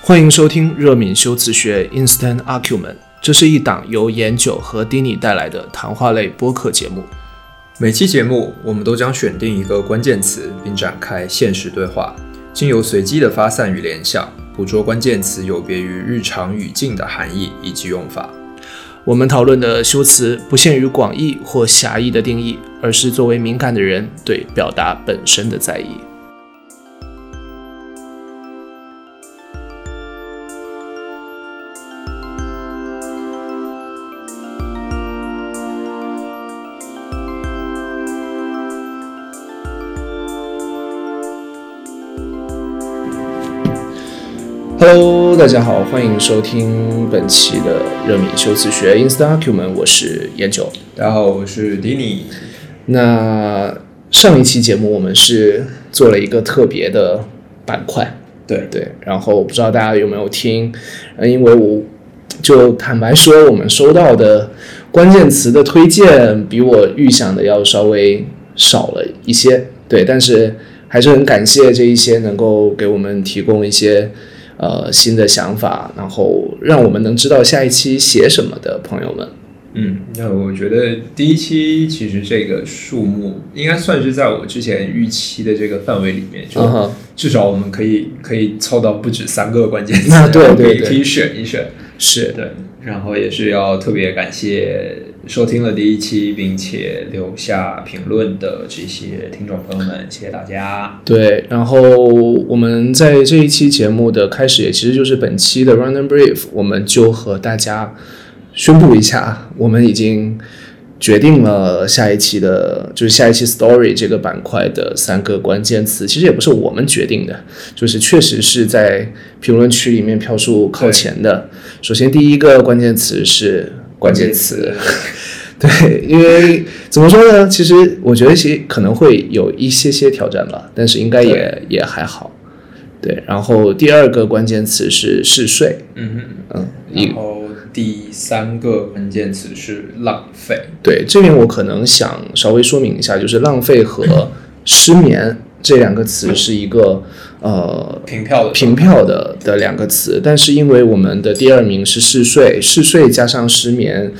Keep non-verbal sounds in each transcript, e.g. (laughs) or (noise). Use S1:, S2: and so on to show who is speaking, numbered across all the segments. S1: 欢迎收听热敏修辞学 Instant Argument，这是一档由颜九和丁尼带来的谈话类播客节目。
S2: 每期节目，我们都将选定一个关键词，并展开现实对话，经由随机的发散与联想，捕捉关键词有别于日常语境的含义以及用法。
S1: 我们讨论的修辞不限于广义或狭义的定义，而是作为敏感的人对表达本身的在意。Hello，大家好，欢迎收听本期的热敏修辞学 Instant Argument，我是颜九。
S2: 大家好，我是迪尼。
S1: 那上一期节目我们是做了一个特别的板块，
S2: 对，
S1: 对，然后我不知道大家有没有听，呃因为我就坦白说，我们收到的关键词的推荐比我预想的要稍微少了一些，对，但是还是很感谢这一些能够给我们提供一些呃新的想法，然后让我们能知道下一期写什么的朋友们。
S2: 嗯，那我觉得第一期其实这个数目应该算是在我之前预期的这个范围里面，就
S1: 嗯哼，
S2: 至少我们可以可以凑到不止三个关键 (laughs) 词，
S1: 那对
S2: 然后可以
S1: 对对
S2: 可以选一选。
S1: 是
S2: 对，然后也是要特别感谢收听了第一期，并且留下评论的这些听众朋友们，谢谢大家。
S1: 对，然后我们在这一期节目的开始，也其实就是本期的 Random Brief，我们就和大家宣布一下，我们已经决定了下一期的，就是下一期 Story 这个板块的三个关键词。其实也不是我们决定的，就是确实是在评论区里面票数靠前的。首先第一个关键词是关键词，对，因为怎么说呢？其实我觉得其实可能会有一些些挑战吧，但是应该也也还好。对，然后第二个关键词是试睡，
S2: 嗯
S1: 嗯，
S2: 哼，
S1: 一
S2: 然后第三个关键词是浪费。
S1: 对这边我可能想稍微说明一下，就是浪费和失眠这两个词是一个呃
S2: 平票的
S1: 平票的的两个词，但是因为我们的第二名是嗜睡，嗜睡加上失眠，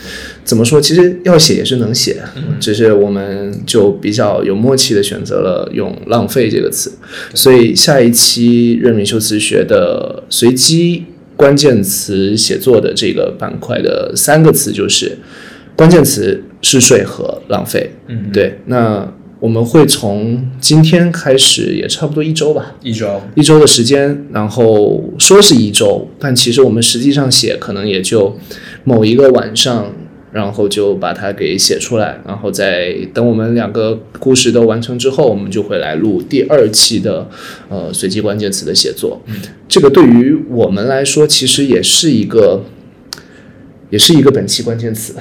S1: 怎么说？其实要写也是能写，只是我们就比较有默契的选择了用“浪费”这个词，所以下一期任敏修辞学的随机关键词写作的这个板块的三个词就是关键词嗜睡和浪费。
S2: 嗯，，
S1: 对，那我们会从今天开始，也差不多一周吧。
S2: 一周。
S1: 一周的时间，然后说是一周，但其实我们实际上写可能也就某一个晚上，然后就把它给写出来，然后再等我们两个故事都完成之后，我们就会来录第二期的呃随机关键词的写作。
S2: 嗯，
S1: 这个对于我们来说，其实也是一个。也是一个本期关键 (laughs) 词，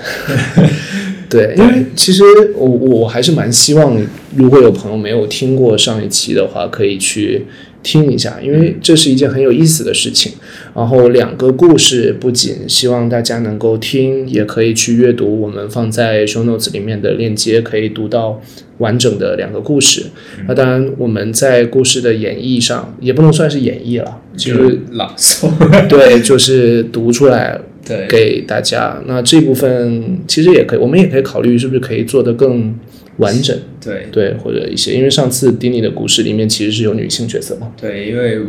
S1: 对，因为其实我我还是蛮希望，如果有朋友没有听过上一期的话，可以去听一下，因为这是一件很有意思的事情。然后两个故事不仅希望大家能够听，也可以去阅读我们放在 show notes 里面的链接，可以读到完整的两个故事。那当然，我们在故事的演绎上也不能算是演绎了，其
S2: 就
S1: 实
S2: 是朗诵，
S1: 对，就是读出来
S2: (laughs) 对，
S1: 给大家。那这部分其实也可以，我们也可以考虑是不是可以做得更完整，
S2: 对，
S1: 对，或者一些，因为上次迪尼的故事里面其实是有女性角色嘛，
S2: 对，因为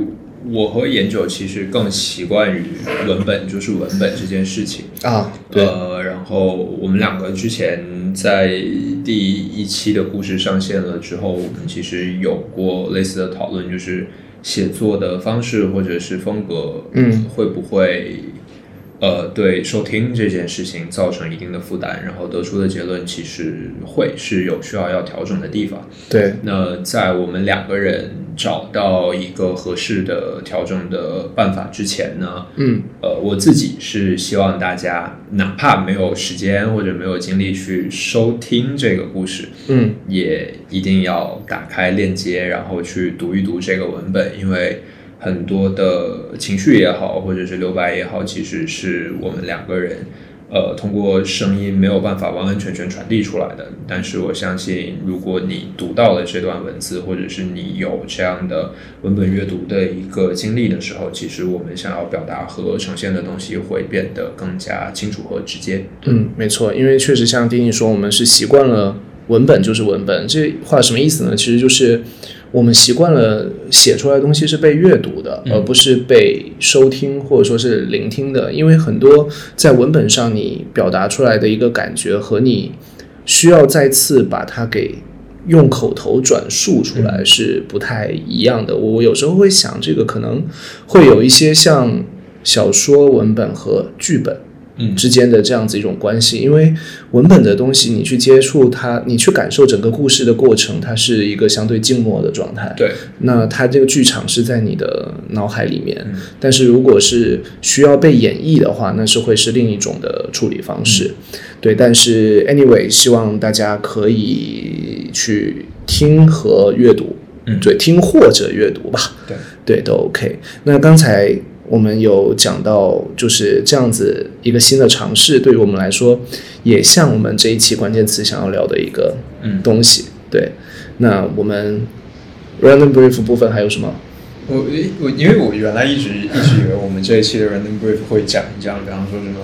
S2: 我和研九其实更习惯于文本，就是文本这件事情。
S1: 啊，
S2: 呃，然后我们两个之前在第一期的故事上线了之后，我们其实有过类似的讨论，就是写作的方式或者是风格，
S1: 嗯，
S2: 会不会呃对收听这件事情造成一定的负担？然后得出的结论其实会是有需要要调整的地方。
S1: 对，
S2: 那在我们两个人找到一个合适的调整的办法之前呢，
S1: 嗯，
S2: 呃，我自己是希望大家哪怕没有时间或者没有精力去收听这个故事，
S1: 嗯，
S2: 也一定要打开链接，然后去读一读这个文本，因为很多的情绪也好，或者是留白也好，其实是我们两个人
S3: 呃通过声音没有办法完完全全传递出来的。但是我相信，如果你读到了这段文字，或者是你有这样的文本阅读的一个经历的时候，其实我们想要表达和呈现的东西会变得更加清楚和直接。
S1: 嗯，没错，因为确实像丁毅说，我们是习惯了文本就是文本，这话什么意思呢？其实就是我们习惯了写出来的东西是被阅读的，
S3: 嗯
S1: 而不是被收听或者说是聆听的。因为很多在文本上你表达出来的一个感觉和你需要再次把它给。用口头转述出来是不太一样的。我有时候会想，这个可能会有一些像小说文本和剧本，
S3: 嗯
S1: 之间的这样子一种关系，因为文本的东西，你去接触它，你去感受整个故事的过程，它是一个相对静默的状态。
S3: 对，
S1: 那它这个剧场是在你的脑海里面，
S3: 嗯
S1: 但是如果是需要被演绎的话，那是会是另一种的处理方式。对，但是 anyway，希望大家可以去听和阅读，
S3: 嗯
S1: 对，听或者阅读吧。
S3: 对，
S1: 对，都 OK。那刚才我们有讲到，就是这样子一个新的尝试，对于我们来说，也像我们这一期关键词想要聊的一个
S3: 嗯。
S1: 东西。对，那我们 random brief 部分还有什么？
S2: 我我因为我原来一直一直以为我们这一期的 random brief 会讲一讲，比方说什么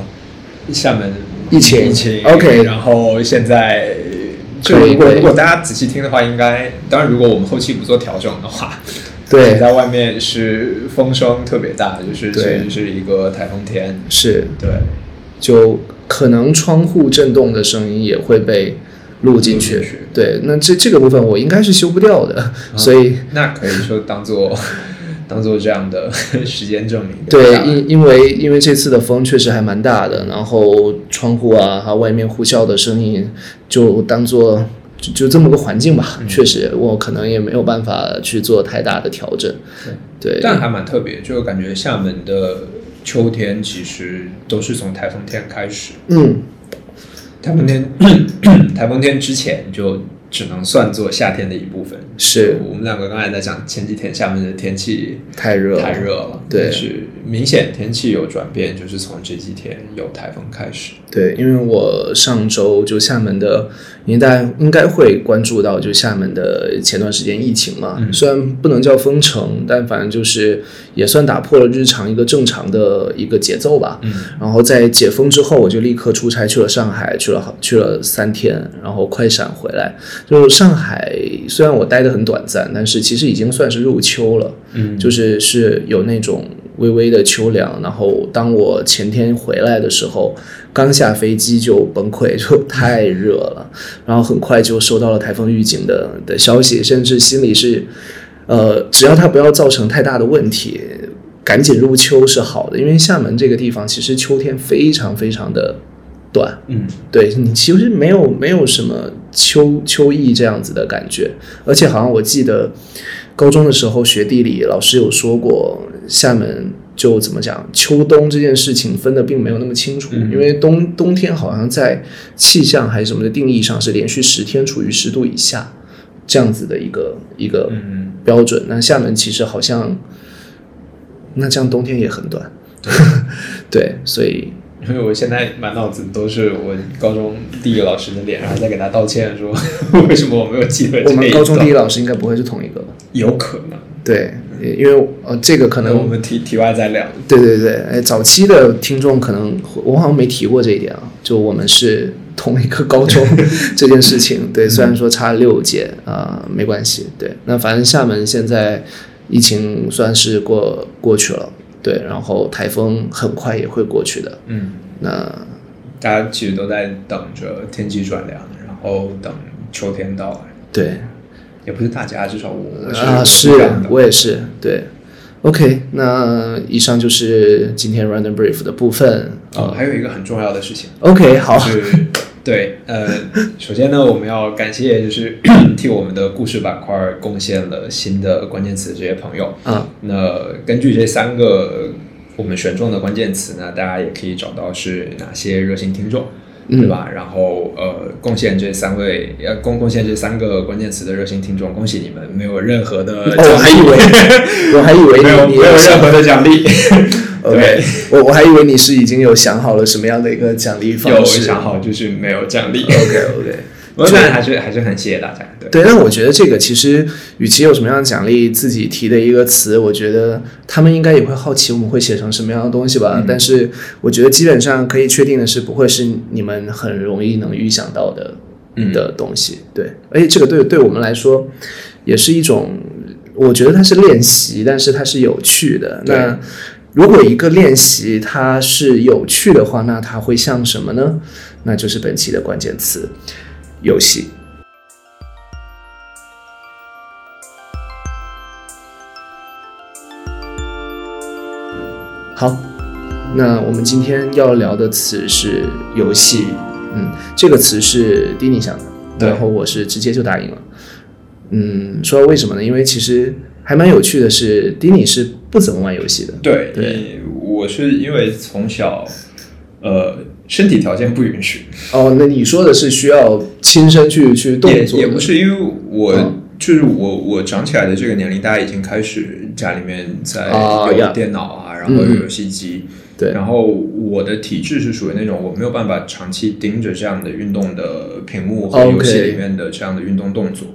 S2: 厦门
S1: 疫情
S2: 疫情
S1: OK
S2: 然后现在就
S1: 可以
S2: 如果
S1: 可以
S2: 如果大家仔细听的话，应该当然如果我们后期不做调整的话，
S1: 对，
S2: 在外面是风声特别大，就是其
S1: 对
S2: 实是一个台风天，
S1: 是
S2: 对，
S1: 就可能窗户震动的声音也会被录进
S2: 录进
S1: 去
S2: 去。啊
S1: 对，那这这个部分我应该是修不掉的，所以
S2: 那可以说当做 (laughs) 当做这样的时间证明。
S1: 对，
S2: 吧
S1: 因因为因为这次的风确实还蛮大的，然后窗户啊，还有外面呼啸的声音，就当做就就这么个环境
S2: 嗯
S1: 吧。确实，我可能也没有办法去做太大的调整。对，
S3: 但还蛮特别，就感觉厦门的秋天其实都是从台风天开始，
S1: 嗯，
S2: 台风天
S3: 台风天之前就只能算作夏天的一部分。
S1: 是
S2: 我们两个刚才在讲前几天厦门的天气
S1: 太热了，
S2: 太热了，
S1: 对
S2: 但是明显天气有转变，就是从这几天有台风开始。
S1: 对，因为我上周就厦门的，您大家应该会关注到，就厦门的前段时间疫情嘛，
S2: 嗯
S1: 虽然不能叫封城，但反正就是也算打破了日常一个正常的一个节奏吧。
S3: 嗯，
S1: 然后在解封之后，我就立刻出差去了上海，去了好去了三天，然后快闪回来。就上海虽然我待的很短暂，但是其实已经算是入秋了。
S3: 嗯
S1: 就是是有那种微微的秋凉。然后当我前天回来的时候，刚下飞机就崩溃，就太热了。 (laughs) 然后很快就收到了台风预警的的消息，甚至心里是，呃，只要它不要造成太大的问题。赶紧入秋是好的，因为厦门这个地方其实秋天非常非常的短，
S3: 嗯，
S1: 对你其实没有没有什么秋秋意这样子的感觉，而且好像我记得高中的时候学地理，老师有说过厦门就怎么讲秋冬这件事情分的并没有那么清楚，
S3: 嗯
S1: 因为冬冬天好像在气象还是什么的定义上是连续十天处于十度以下这样子的一个一个
S3: 嗯
S1: 标准。那厦门其实好像那这样冬天也很短， (laughs) 对，所以
S2: 因为我现在满脑子都是我高中地理老师的脸，然后再给他道歉说 (laughs) 为什么我没有记得这
S1: 我
S2: 一段
S1: 们高中地理老师应该不会是同一个吧？
S2: 有可能，
S1: 对，因为呃，这个可
S2: 可能我
S1: 能
S2: 们题题外再聊。
S1: 对对对，哎，早期的听众可能我好像没提过这一点啊，就我们是同一个高
S2: (laughs)
S1: 中这件事情，
S2: 嗯
S1: 对，虽然说差六届啊、没关系，对，那反正厦门现在疫情算是过过去了，对，然后台风很快也会过去的，
S3: 嗯，
S1: 那
S2: 大家其实都在等着天气转凉，然后等秋天到来。
S1: 对，
S2: 也不是大家，至少我我是
S1: 啊，是
S2: 这样的。
S1: 我也是，对，OK，那以上就是今天 Random Brief 的部分
S2: 哦，还有一个很重要的事情。
S1: ，OK，好，
S2: 就是对，呃，首先呢，我们要感谢就是 (coughs) 替我们的故事板块贡献了新的关键词的这些朋友。
S1: 啊，
S2: 那根据这三个我们选中的关键词呢，大家也可以找到是哪些热心听众。
S1: 嗯
S2: 对吧？然后呃，贡献这三位呃贡贡献这三个关键词的热心听众，恭喜你们，没有任何的
S1: 哦，我还以为，我还以为
S2: (laughs) 没有
S1: 你你
S2: 没有任何的奖励，
S1: OK，我我还以为你是已经有想好了什么样的一个奖励方式。
S2: (laughs) 有想好就是没有奖励。
S1: OK
S2: (laughs)
S1: OK，
S2: 我但还是还是很谢谢大家，对。
S1: 对，但我觉得这个其实，与其有什么样的奖励，自己提的一个词，我觉得他们应该也会好奇我们会写成什么样的东西吧。
S2: 嗯
S1: 但是我觉得基本上可以确定的是，不会是你们很容易能预想到的、
S2: 嗯
S1: 的东西。对，而且这个对对我们来说，也是一种，我觉得它是练习，但是它是有趣的。
S2: 对
S1: 那如果一个练习它是有趣的话，那它会像什么呢？那就是本期的关键词：游戏。好，那我们今天要聊的词是游戏。嗯，这个词是丁尼想的，
S2: 对
S1: 然后我是直接就答应了。嗯，说到为什么呢？因为其实还蛮有趣的是，丁尼是不怎么玩游戏的。
S2: 对，
S1: 对
S2: 你我是因为从小，呃，身体条件不允许，
S1: 哦，那你说的是需要亲身去去动
S2: 也
S1: 作
S2: 也不是因为我、
S1: 嗯
S2: 就是我我长起来的这个年龄，大家已经开始家里面在
S1: 啊呀
S2: 有电脑啊，然后有游戏机，
S1: 对
S2: 然后我的体质是属于那种我没有办法长期盯着这样的运动的屏幕和
S1: OK
S2: 游戏里面的这样的运动动作。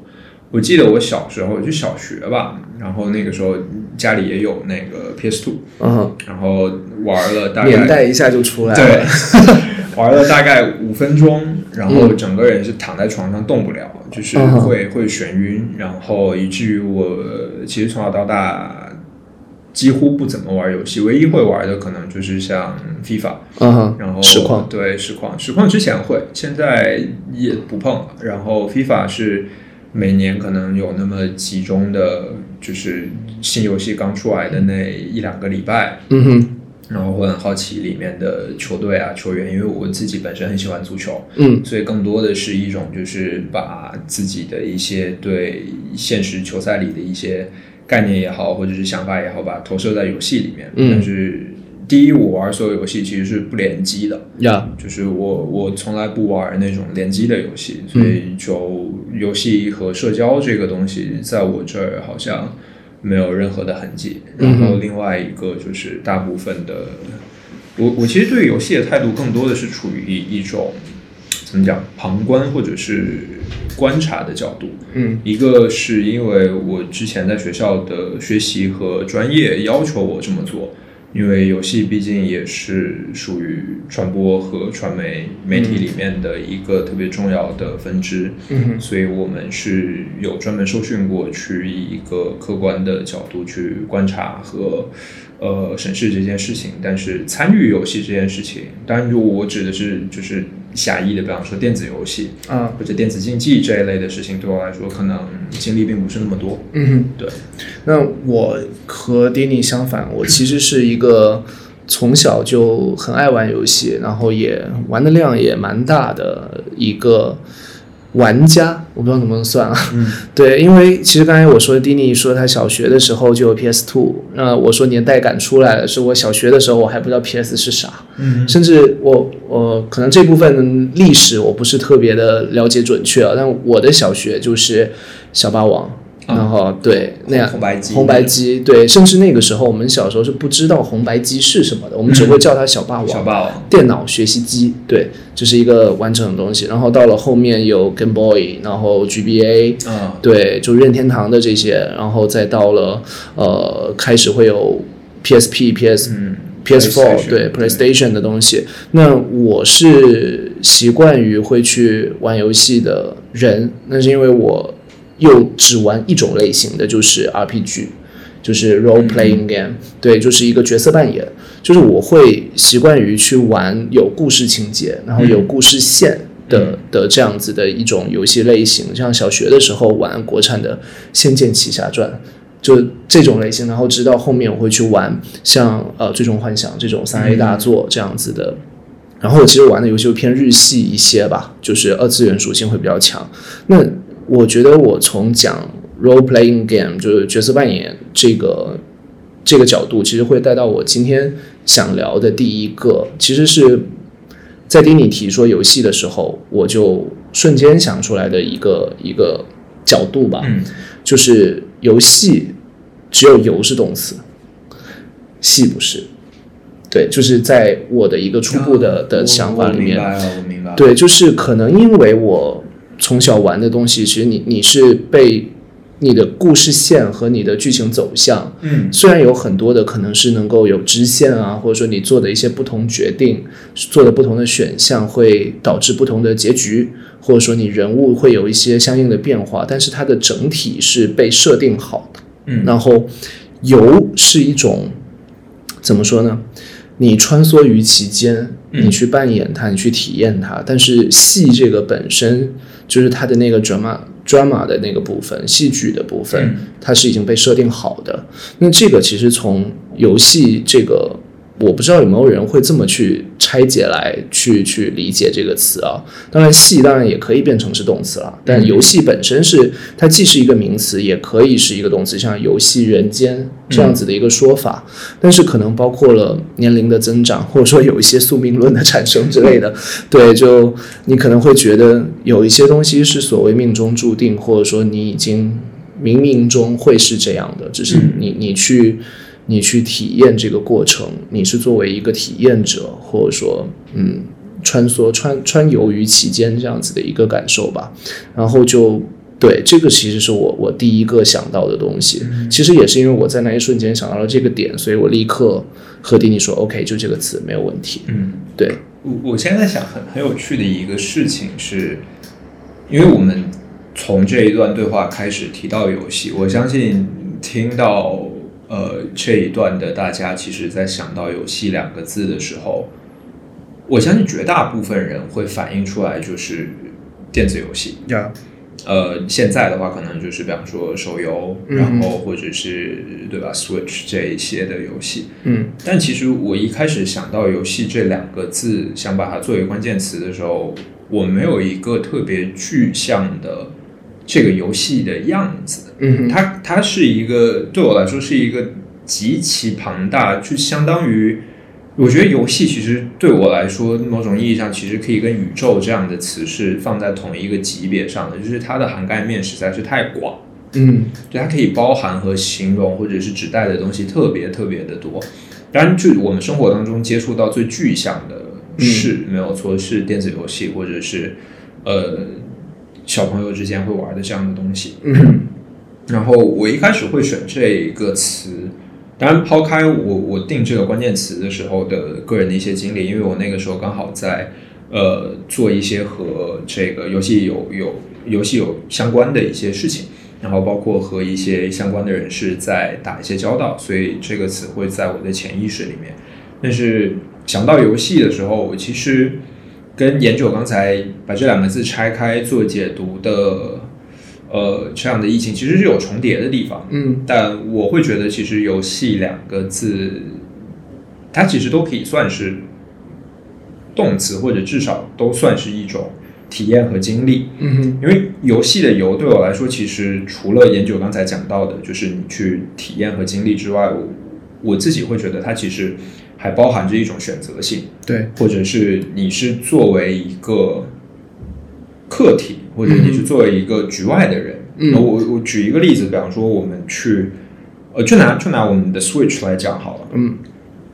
S2: 我记得我小时候就小学吧，然后那个时候家里也有那个 PS Two，
S1: 嗯，
S2: 然后玩了大概
S1: 年代一下就出来了。
S2: 对，玩了 (laughs) 大概五分钟，然
S1: 嗯
S2: 后整个人是躺在床上动不了，就是会会眩晕，然后以至于我呃其实从小到大几乎不怎么玩游戏，唯一会玩的可能就是像 FIFA，
S1: 嗯哼，
S2: 然后
S1: 实况
S2: 对实况，实况之前会，现在也不碰了。然后 FIFA 是每年可能有那么集中的，就是新游戏刚出来的那一两个礼拜，
S1: 嗯哼，
S2: 然后会很好奇里面的球队啊、球员，因为我自己本身很喜欢足球，
S1: 嗯
S2: 所以更多的是一种就是把自己的一些对现实球赛里的一些概念也好，或者是想法也好，把它投射在游戏里面。
S1: 嗯
S2: 但是第一，我玩所有游戏其实是不联机的，
S1: 呀，
S2: 就是我我从来不玩那种联机的游戏，所以
S1: 嗯
S2: 就游戏和社交这个东西在我这儿好像没有任何的痕迹。
S1: 嗯
S2: 然
S1: 哼
S2: 后另外一个就是大部分的，我我其实对游戏的态度更多的是处于一种怎么讲旁观或者是观察的角度。
S1: 嗯
S2: 一个是因为我之前在学校的学习和专业要求我这么做，因为游戏毕竟也是属于传播和传媒媒体里面的一个特别重要的分支，
S1: 嗯哼，
S2: 所以我们是有专门受训过，去以一个客观的角度去观察和呃审视这件事情。但是参与游戏这件事情，当然，如果我指的是就是狭义的，比方说电子游戏，
S1: 啊，
S2: 或者电子竞技这一类的事情，对我来说可能经历并不是那么多。
S1: 嗯哼。
S2: 对，
S1: 那我和 Danny 相反，我其实是一个从小就很爱玩游戏，然后也玩的量也蛮大的一个玩家。我不知道能不能算啊？ (laughs)
S2: 嗯
S1: 对，因为其实刚才我说 Danny 说他小学的时候就有 PS Two，那我说年代感出来了，是我小学的时候我还不知道 PS 是啥。
S2: 嗯
S1: 甚至我我可能这部分历史我不是特别的了解准确啊，但我的小学就是小霸王，
S2: 啊
S1: 然后对那样
S2: 红白机
S1: 红白机对，甚至那个时候我们小时候是不知道红白机是什么的，我们只会叫它小霸王。
S2: 小霸王，
S1: 电脑学习机，对，这、是一个完整的东西。然后到了后面有 Game Boy，然后 GBA，
S2: 嗯，
S1: 对，就任天堂的这些，然后再到了呃，开始会有 PSP、PS、
S2: 嗯
S1: PS4
S2: PlayStation，
S1: 对
S2: 对
S1: PlayStation 的东西。那我是习惯于会去玩游戏的人，那是因为我又只玩一种类型的，就是 RPG。就是 role
S2: 嗯
S1: playing game，、对，就是一个角色扮演，就是我会习惯于去玩有故事情节，然后
S2: 嗯
S1: 有故事线的、的这样子的一种游戏类型，像小学的时候玩国产的《仙剑奇侠传》。就这种类型，然后直到后面我会去玩像呃《最终幻想》这种三 A 大作这样子的，然后我其实玩的游戏会偏日系一些吧，就是二次元属性会比较强。那我觉得我从讲 role playing game 就是角色扮演这个这个角度，其实会带到我今天想聊的第一个，其实是在听你提说游戏的时候，我就瞬间想出来的一个一个角度吧，
S2: 嗯
S1: 就是游戏只有游是动词，戏不是。对，就是在我的一个初步的、的想法里面，
S2: 啊我我明白了，我明白了。
S1: 对，就是可能因为我从小玩的东西，其实你你是被你的故事线和你的剧情走向，
S2: 嗯，
S1: 虽然有很多的可能是能够有支线啊，或者说你做的一些不同决定，做的不同的选项会导致不同的结局，或者说你人物会有一些相应的变化，但是它的整体是被设定好的。
S2: 嗯
S1: 然后游是一种怎么说呢？你穿梭于其间，
S2: 嗯
S1: 你去扮演它，你去体验它。但是戏这个本身就是它的那个 drama drama 的那个部分，戏剧的部分，
S2: 嗯
S1: 它是已经被设定好的。那这个其实从游戏这个，我不知道有没有人会这么去拆解来去去理解这个词啊。当然，戏当然也可以变成是动词了，但游戏本身是它既是一个名词，也可以是一个动词，像游戏人间这样子的一个说法。但是可能包括了年龄的增长，或者说有一些宿命论的产生之类的，对，就你可能会觉得有一些东西是所谓命中注定，或者说你已经冥冥中会是这样的，只是你你去你去体验这个过程，你是作为一个体验者，或者说嗯穿梭穿穿游于其间这样子的一个感受吧，然后就。对，这个其实是我我第一个想到的东西，其实也是因为我在那一瞬间想到了这个点，所以我立刻和迪尼说 OK，就这个词没有问题。
S2: 嗯，
S1: 对，
S2: 我我现在在想很很有趣的一个事情是，因为我们从这一段对话开始提到游戏，我相信听到呃这一段的大家，其实在想到游戏两个字的时候，我相信绝大部分人会反映出来就是电子游戏。
S1: 呀，
S2: 呃，现在的话可能就是比方说手游，
S1: 嗯
S2: 然后或者是对吧，Switch 这一些的游戏。
S1: 嗯
S2: 但其实我一开始想到“游戏”这两个字，想把它作为关键词的时候，我没有一个特别具象的这个游戏的样子。
S1: 嗯哼，
S2: 它它是一个对我来说是一个极其庞大，就相当于我觉得游戏其实对我来说，某种意义上其实可以跟宇宙这样的词是放在同一个级别上的，就是它的涵盖面实在是太广。
S1: 嗯
S2: 对，它可以包含和形容或者是指代的东西特别特别的多。当然，就我们生活当中接触到最具象的是、没有错，是电子游戏或者是呃小朋友之间会玩的这样的东西。
S1: 嗯
S2: 然后我一开始会选这个词，当然抛开我我定这个关键词的时候的个人的一些经历，因为我那个时候刚好在呃做一些和这个游戏有有游戏有相关的一些事情，然后包括和一些相关的人士在打一些交道，所以这个词会在我的潜意识里面。但是想到游戏的时候，我其实跟研究刚才把这两个字拆开做解读的，呃，这样的意境其实是有重叠的地方。
S1: 嗯
S2: 但我会觉得，其实“游戏”两个字，它其实都可以算是动词，或者至少都算是一种体验和经历。
S1: 嗯哼，
S2: 因为游戏的游对我来说，其实除了研究刚才讲到的，就是你去体验和经历之外，我我自己会觉得它其实还包含着一种选择性，
S1: 对，
S2: 或者是你是作为一个客体，或者你是作为一个局外的
S1: 嗯
S2: 人。然后我我举一个例子，比方说我们去，呃，就拿就拿我们的 Switch 来讲好了。
S1: 嗯，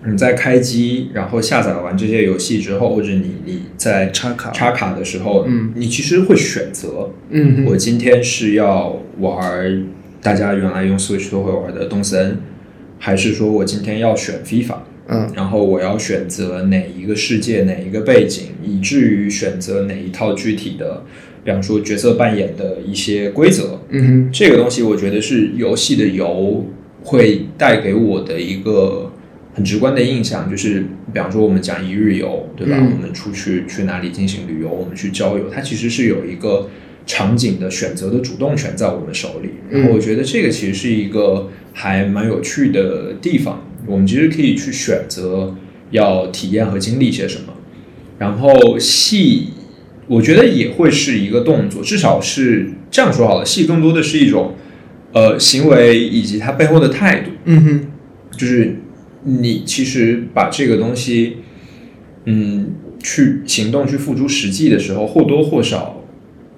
S2: 你在开机，然后下载完这些游戏之后，或者你你在
S1: 插卡
S2: 插卡的时候，
S1: 嗯，
S2: 你其实会选择，
S1: 嗯哼
S2: 我今天是要玩大家原来用 Switch 都会玩的动森，还是说我今天要选 FIFA？
S1: 嗯
S2: 然后我要选择哪一个世界、哪一个背景，以至于选择哪一套具体的，比方说角色扮演的一些规则。
S1: 嗯
S2: 这个东西我觉得是游戏的游会带给我的一个很直观的印象，就是比方说我们讲一日游，对吧？
S1: 嗯
S2: 我们出去去哪里进行旅游，我们去郊游，它其实是有一个场景的选择的主动权在我们手里。
S1: 嗯
S2: 然后我觉得这个其实是一个还蛮有趣的地方，我们其实可以去选择要体验和经历些什么。然后戏，我觉得也会是一个动作，至少是这样说好了。戏更多的是一种呃行为以及它背后的态度，
S1: 嗯哼，
S2: 就是你其实把这个东西，嗯，去行动去付诸实际的时候，或多或少，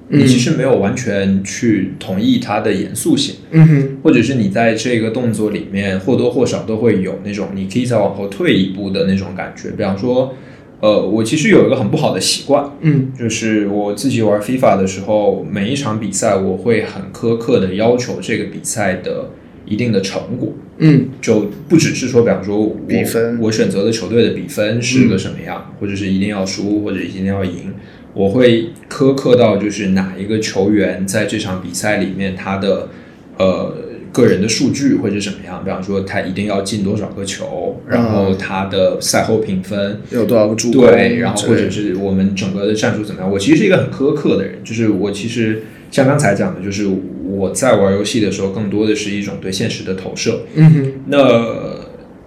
S1: 嗯
S2: 你其实没有完全去同意它的严肃性，
S1: 嗯哼，
S2: 或者是你在这个动作里面或多或少都会有那种你可以再往后退一步的那种感觉。比方说，呃，我其实有一个很不好的习惯，
S1: 嗯
S2: 就是我自己玩 FIFA 的时候，每一场比赛我会很苛刻的要求这个比赛的一定的成果。
S1: 嗯
S2: 就不只是说，比方说我
S1: 比分嗯
S2: 我选择的球队的比分是个什么样，或者是一定要输，或者一定要赢，我会苛刻到就是哪一个球员在这场比赛里面他的呃个人的数据会是什么样，比方说他一定要进多少个球，然后他的赛后评分。
S1: 嗯有多少个助攻？
S2: 对，然后或者
S1: 是
S2: 是我们整个的战术怎么样？我其实是一个很苛刻的人，就是我其实像刚才讲的，就是我在玩游戏的时候，更多的是一种对现实的投射。
S1: 嗯哼
S2: 那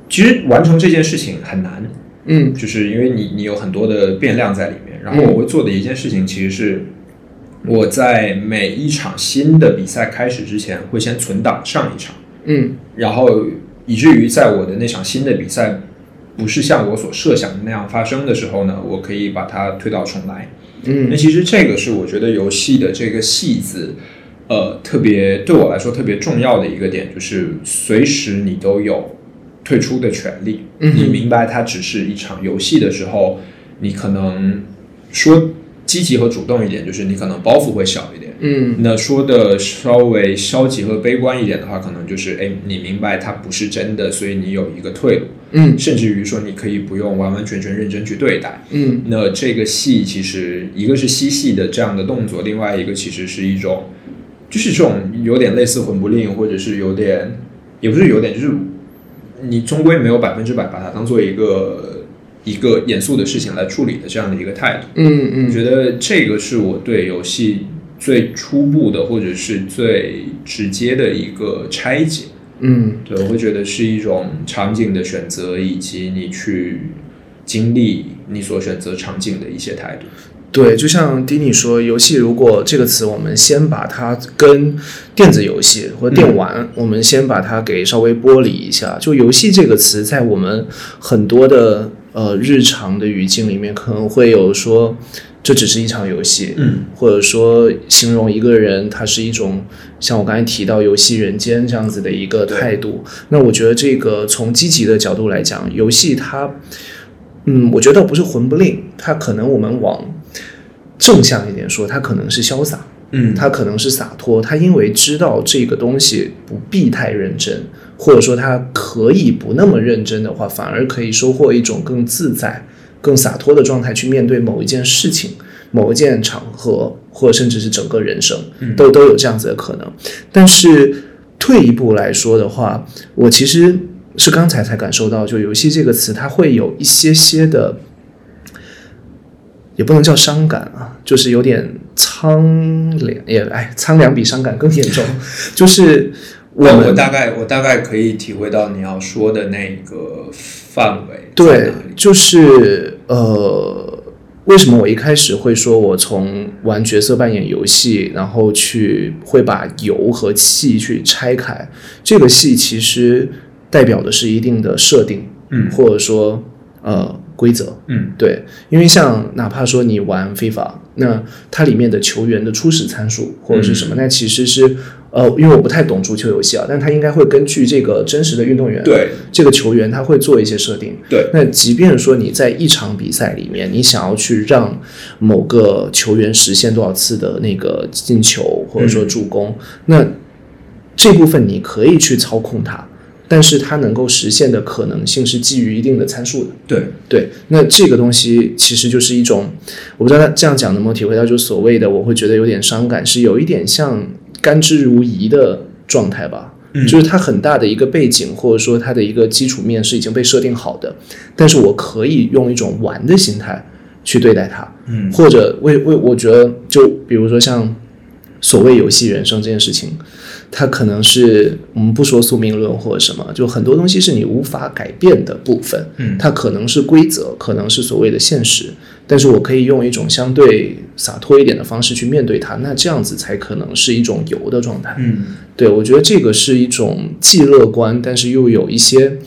S2: 其实完成这件事情很难，
S1: 嗯
S2: 就是因为你你有很多的变量在里面。然后
S1: 嗯
S2: 我会做的一件事情，其实是我在每一场新的比赛开始之前，会先存档上一场，
S1: 嗯
S2: 然后以至于在我的那场新的比赛不是像我所设想的那样发生的时候呢，我可以把它推倒重来。那
S1: 嗯
S2: 其实这个是我觉得游戏的这个戏子，呃，特别对我来说特别重要的一个点，就是随时你都有退出的权利。
S1: 嗯
S2: 你明白它只是一场游戏的时候，你可能说积极和主动一点，就是你可能包袱会小一点。
S1: 嗯
S2: 那说的稍微消极和悲观一点的话，可能就是，哎，你明白它不是真的，所以你有一个退路，
S1: 嗯
S2: 甚至于说你可以不用完完全全认真去对待。
S1: 嗯
S2: 那这个戏其实一个是嬉戏的这样的动作，另外一个其实是一种，就是这种有点类似魂不吝，或者是有点，也不是有点，就是你终归没有百分之百把它当做一个一个严肃的事情来处理的这样的一个态度。
S1: 嗯嗯
S2: 我觉得这个是我对游戏最初步的，或者是最直接的一个拆解。
S1: 嗯
S2: 对，我会觉得是一种场景的选择，以及你去经历你所选择场景的一些态度。
S1: 对，就像迪尼说，游戏如果这个词，我们先把它跟电子游戏或者电玩，我们先把它给稍微剥离一下。就游戏这个词，在我们很多的呃日常的语境里面，可能会有说这只是一场游戏，
S2: 嗯
S1: 或者说形容一个人，他是一种像我刚才提到游戏人间这样子的一个态度。那我觉得这个从积极的角度来讲，游戏它，嗯，我觉得倒不是魂不吝，它可能我们往正向一点说，它可能是潇洒，
S2: 嗯
S1: 他可能是洒脱，他因为知道这个东西不必太认真，或者说他可以不那么认真的话，反而可以收获一种更自在、更洒脱的状态去面对某一件事情、某一件场合，或者甚至是整个人生，
S2: 嗯
S1: 都都有这样子的可能。但是退一步来说的话，我其实是刚才才感受到，就游戏这个词，它会有一些些的。也不能叫伤感啊，就是有点苍凉，也哎，苍凉比伤感更严重。就是我
S2: 但
S1: 们
S2: 我大概我大概可以体会到你要说的那个范围在
S1: 对
S2: 哪里，
S1: 就是呃，为什么我一开始会说我从玩角色扮演游戏，然后去会把游和戏去拆开？这个戏其实代表的是一定的设定，
S2: 嗯
S1: 或者说呃规则，
S2: 嗯
S1: 对，因为像哪怕说你玩 FIFA，那它里面的球员的初始参数或者是什么，那其实是呃，因为我不太懂足球游戏啊，但它应该会根据这个真实的运动员
S2: 对
S1: 这个球员，他会做一些设定。
S2: 对
S1: 那即便说你在一场比赛里面，你想要去让某个球员实现多少次的那个进球或者说助攻，那这部分你可以去操控它，但是它能够实现的可能性是基于一定的参数的。
S2: 对，
S1: 对，那这个东西其实就是一种，我不知道这样讲能不能体会到，就是所谓的我会觉得有点伤感，是有一点像甘之如饴的状态吧。
S2: 嗯
S1: 就是它很大的一个背景，或者说它的一个基础面是已经被设定好的，但是我可以用一种玩的心态去对待它，
S2: 嗯
S1: 或者为为我觉得，就比如说像所谓游戏人生这件事情，它可能是我们不说宿命论或者什么，就很多东西是你无法改变的部分，
S2: 嗯
S1: 它可能是规则，可能是所谓的现实，但是我可以用一种相对洒脱一点的方式去面对它，那这样子才可能是一种游的状态。
S2: 嗯
S1: 对，我觉得这个是一种既乐观，但是又有一些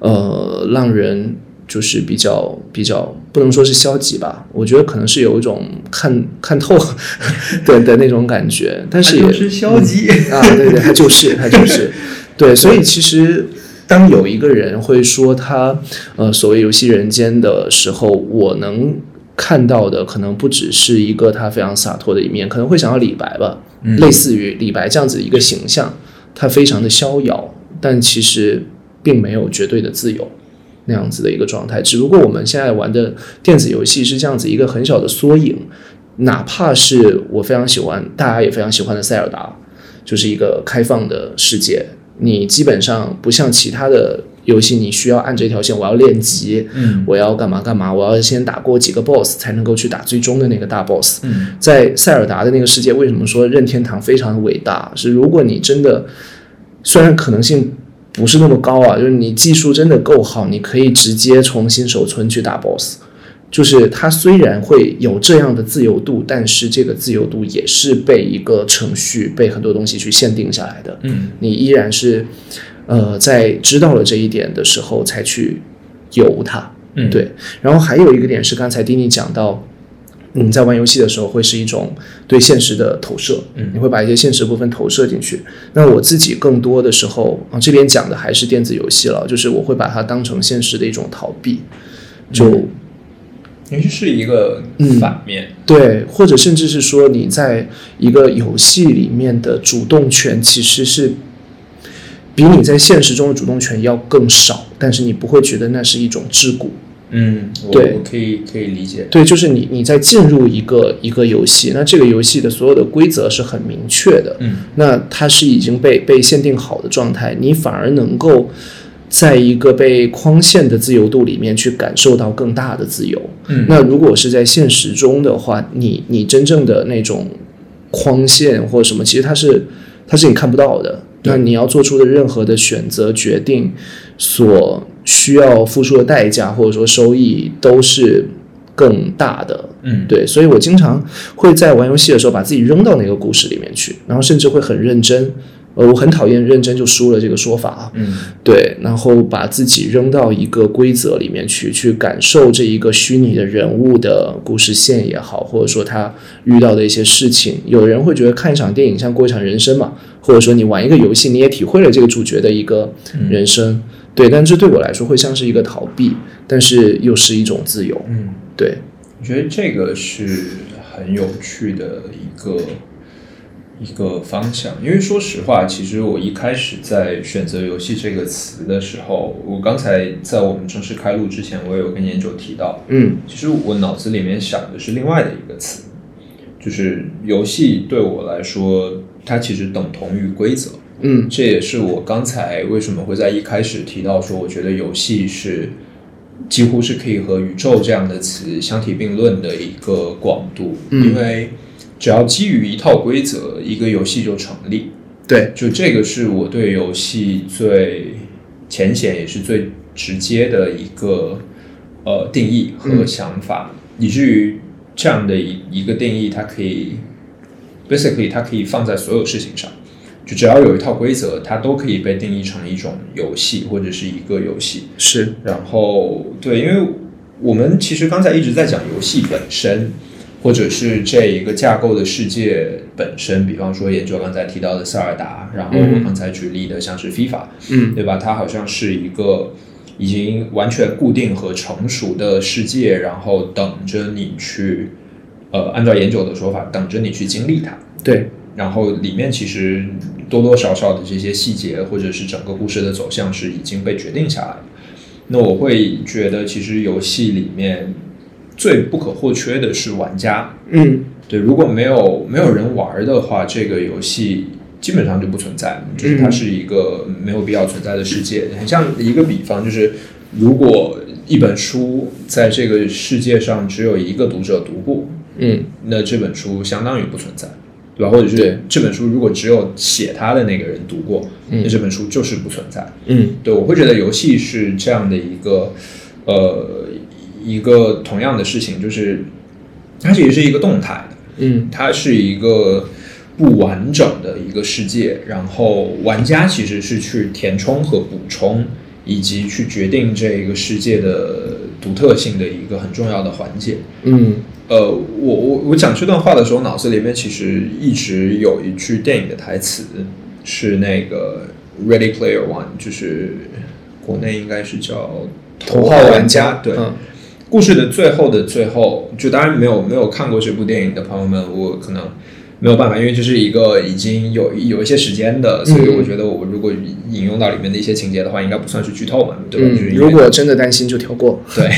S1: 呃让人就是比较比较不能说是消极吧，我觉得可能是有一种看看透 (laughs) 的的那种感觉，但是也
S4: 就是消极、
S1: 嗯、啊，对对，他就是
S4: (laughs)
S1: 他就是，对，所以其实当有一个人会说他呃所谓游戏人间的时候，我能看到的可能不只是一个他非常洒脱的一面，可能会想到李白吧，
S2: 嗯
S1: 类似于李白这样子一个形象，他非常的逍遥，但其实并没有绝对的自由。那样子的一个状态，只不过我们现在玩的电子游戏是这样子一个很小的缩影，哪怕是我非常喜欢，大家也非常喜欢的塞尔达，就是一个开放的世界，你基本上不像其他的游戏，你需要按这条线，我要练级，
S4: 嗯
S1: 我要干嘛干嘛，我要先打过几个 boss 才能够去打最终的那个大 boss。
S4: 嗯
S1: 在塞尔达的那个世界，为什么说任天堂非常的伟大？是如果你真的，虽然可能性不是那么高啊，就是你技术真的够好，你可以直接重新手村去打 BOSS。就是它虽然会有这样的自由度，但是这个自由度也是被一个程序、被很多东西去限定下来的。
S4: 嗯
S1: 你依然是，呃，在知道了这一点的时候才去游它。
S4: 嗯，
S1: 对，然后还有一个点是，刚才丁尼讲到，你在玩游戏的时候会是一种对现实的投射，
S4: 嗯
S1: 你会把一些现实部分投射进去。那我自己更多的时候啊，这边讲的还是电子游戏了，就是我会把它当成现实的一种逃避，
S4: 嗯
S1: 就、
S2: 尤其是一个
S1: 嗯
S2: 反面，
S1: 对，或者甚至是说你在一个游戏里面的主动权其实是比你在现实中的主动权要更少，但是你不会觉得那是一种桎梏。
S2: 嗯，我
S1: 对
S2: 我可以可以理解，
S1: 对，就是你你在进入一个一个游戏，那这个游戏的所有的规则是很明确的，
S4: 嗯，
S1: 那它是已经被被限定好的状态，你反而能够在一个被框限的自由度里面去感受到更大的自由。
S4: 嗯
S1: 那如果是在现实中的话，你你真正的那种框限或什么，其实它是它是你看不到的。那你要做出的任何的选择、决定，所需要付出的代价或者说收益都是更大的。
S4: 嗯
S1: 对，所以我经常会在玩游戏的时候把自己扔到那个故事里面去，然后甚至会很认真。呃，我很讨厌“认真就输了”这个说法啊。
S4: 嗯
S1: 对，然后把自己扔到一个规则里面去，去感受这一个虚拟的人物的故事线也好，或者说他遇到的一些事情。有人会觉得看一场电影像过一场人生嘛，或者说你玩一个游戏，你也体会了这个主角的一个人生。对，但这对我来说会像是一个逃避，但是又是一种自由。
S4: 嗯，
S1: 对，
S2: 我觉得这个是很有趣的一个一个方向，因为说实话，其实我一开始在选择“游戏”这个词的时候，我刚才在我们正式开录之前，我有跟研究提到，
S1: 嗯
S2: 其实我脑子里面想的是另外的一个词，就是游戏对我来说，它其实等同于规则。
S1: 嗯
S2: 这也是我刚才为什么会在一开始提到说，我觉得游戏是几乎是可以和宇宙这样的词相提并论的一个广度，
S1: 嗯
S2: 因为只要基于一套规则，一个游戏就成立。
S1: 对，
S2: 就这个是我对游戏最浅显也是最直接的一个呃定义和想法，以至于这样的一一个定义，它可以 basically 它可以放在所有事情上，就只要有一套规则，它都可以被定义成一种游戏或者是一个游戏。
S1: 是，
S2: 然后对，因为我们其实刚才一直在讲游戏本身，或者是这一个架构的世界本身，比方说研究刚才提到的塞尔达，然后我
S1: 嗯
S2: 刚才举例的像是 FIFA，、
S1: 嗯
S2: 对吧？它好像是一个已经完全固定和成熟的世界，然后等着你去，呃，按照研究的说法，等着你去经历它。
S1: 对，
S2: 然后里面其实多多少少的这些细节，或者是整个故事的走向是已经被决定下来的。那我会觉得，其实游戏里面最不可或缺的是玩家。
S1: 嗯
S2: 对，如果没有没有人玩儿的话，这个游戏基本上就不存在，就是它是一个没有必要存在的世界。很像一个比方，就是如果一本书在这个世界上只有一个读者读过，
S1: 嗯
S2: 那这本书相当于不存在，对吧？或者
S1: 对
S2: 是这本书如果只有写它的那个人读过，
S1: 嗯
S2: 那这本书就是不存在。
S1: 嗯
S2: 对，我会觉得游戏是这样的一个，呃，一个同样的事情，就是它其实是一个动态的，
S1: 嗯
S2: 它是一个不完整的一个世界，然后玩家其实是去填充和补充，以及去决定这一个世界的独特性的一个很重要的环节。
S1: 嗯
S2: 呃，我我我讲这段话的时候，脑子里面其实一直有一句电影的台词，是那个 Ready Player One，就是国内应该是叫《
S1: 头号
S2: 号
S1: 玩家》
S2: 家对。
S1: 嗯
S2: 故事的最后的最后，就当然没有没有看过这部电影的朋友们，我可能没有办法，因为这是一个已经有有一些时间的，所以
S1: 嗯
S2: 我觉得我如果引用到里面的一些情节的话，应该不算是剧透嘛，对吧？就是
S1: 嗯，
S2: 因为
S1: 如果真的担心就跳过。
S2: 对，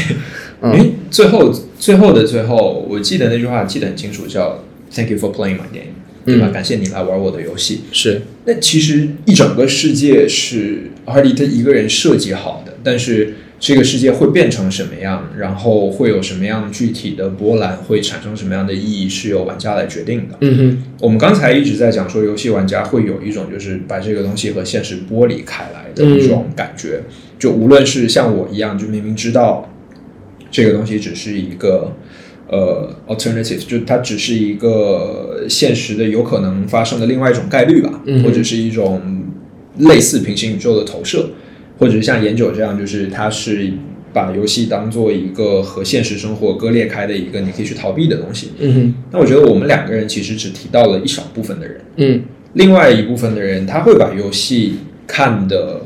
S1: 嗯
S2: 因为最后最后的最后，我记得那句话记得很清楚，叫 “Thank you for playing my game”，对吧？
S1: 嗯
S2: 感谢你来玩我的游戏。
S1: 是，
S2: 那其实一整个世界是 Hardy 他一个人设计好的，但是这个世界会变成什么样，然后会有什么样具体的波澜，会产生什么样的意义，是由玩家来决定的。
S1: 嗯哼，
S2: 我们刚才一直在讲说，游戏玩家会有一种就是把这个东西和现实剥离开来的一种感觉。就无论是像我一样，就明明知道这个东西只是一个呃 alternative，就它只是一个现实的有可能发生的另外一种概率吧，
S1: 嗯哼
S2: 或者是一种类似平行宇宙的投射，或者是像研九这样，就是它是。把游戏当做一个和现实生活割裂开的一个你可以去逃避的东西，
S1: 嗯哼，
S2: 那我觉得我们两个人其实只提到了一小部分的人，
S1: 嗯
S2: 另外一部分的人他会把游戏看的，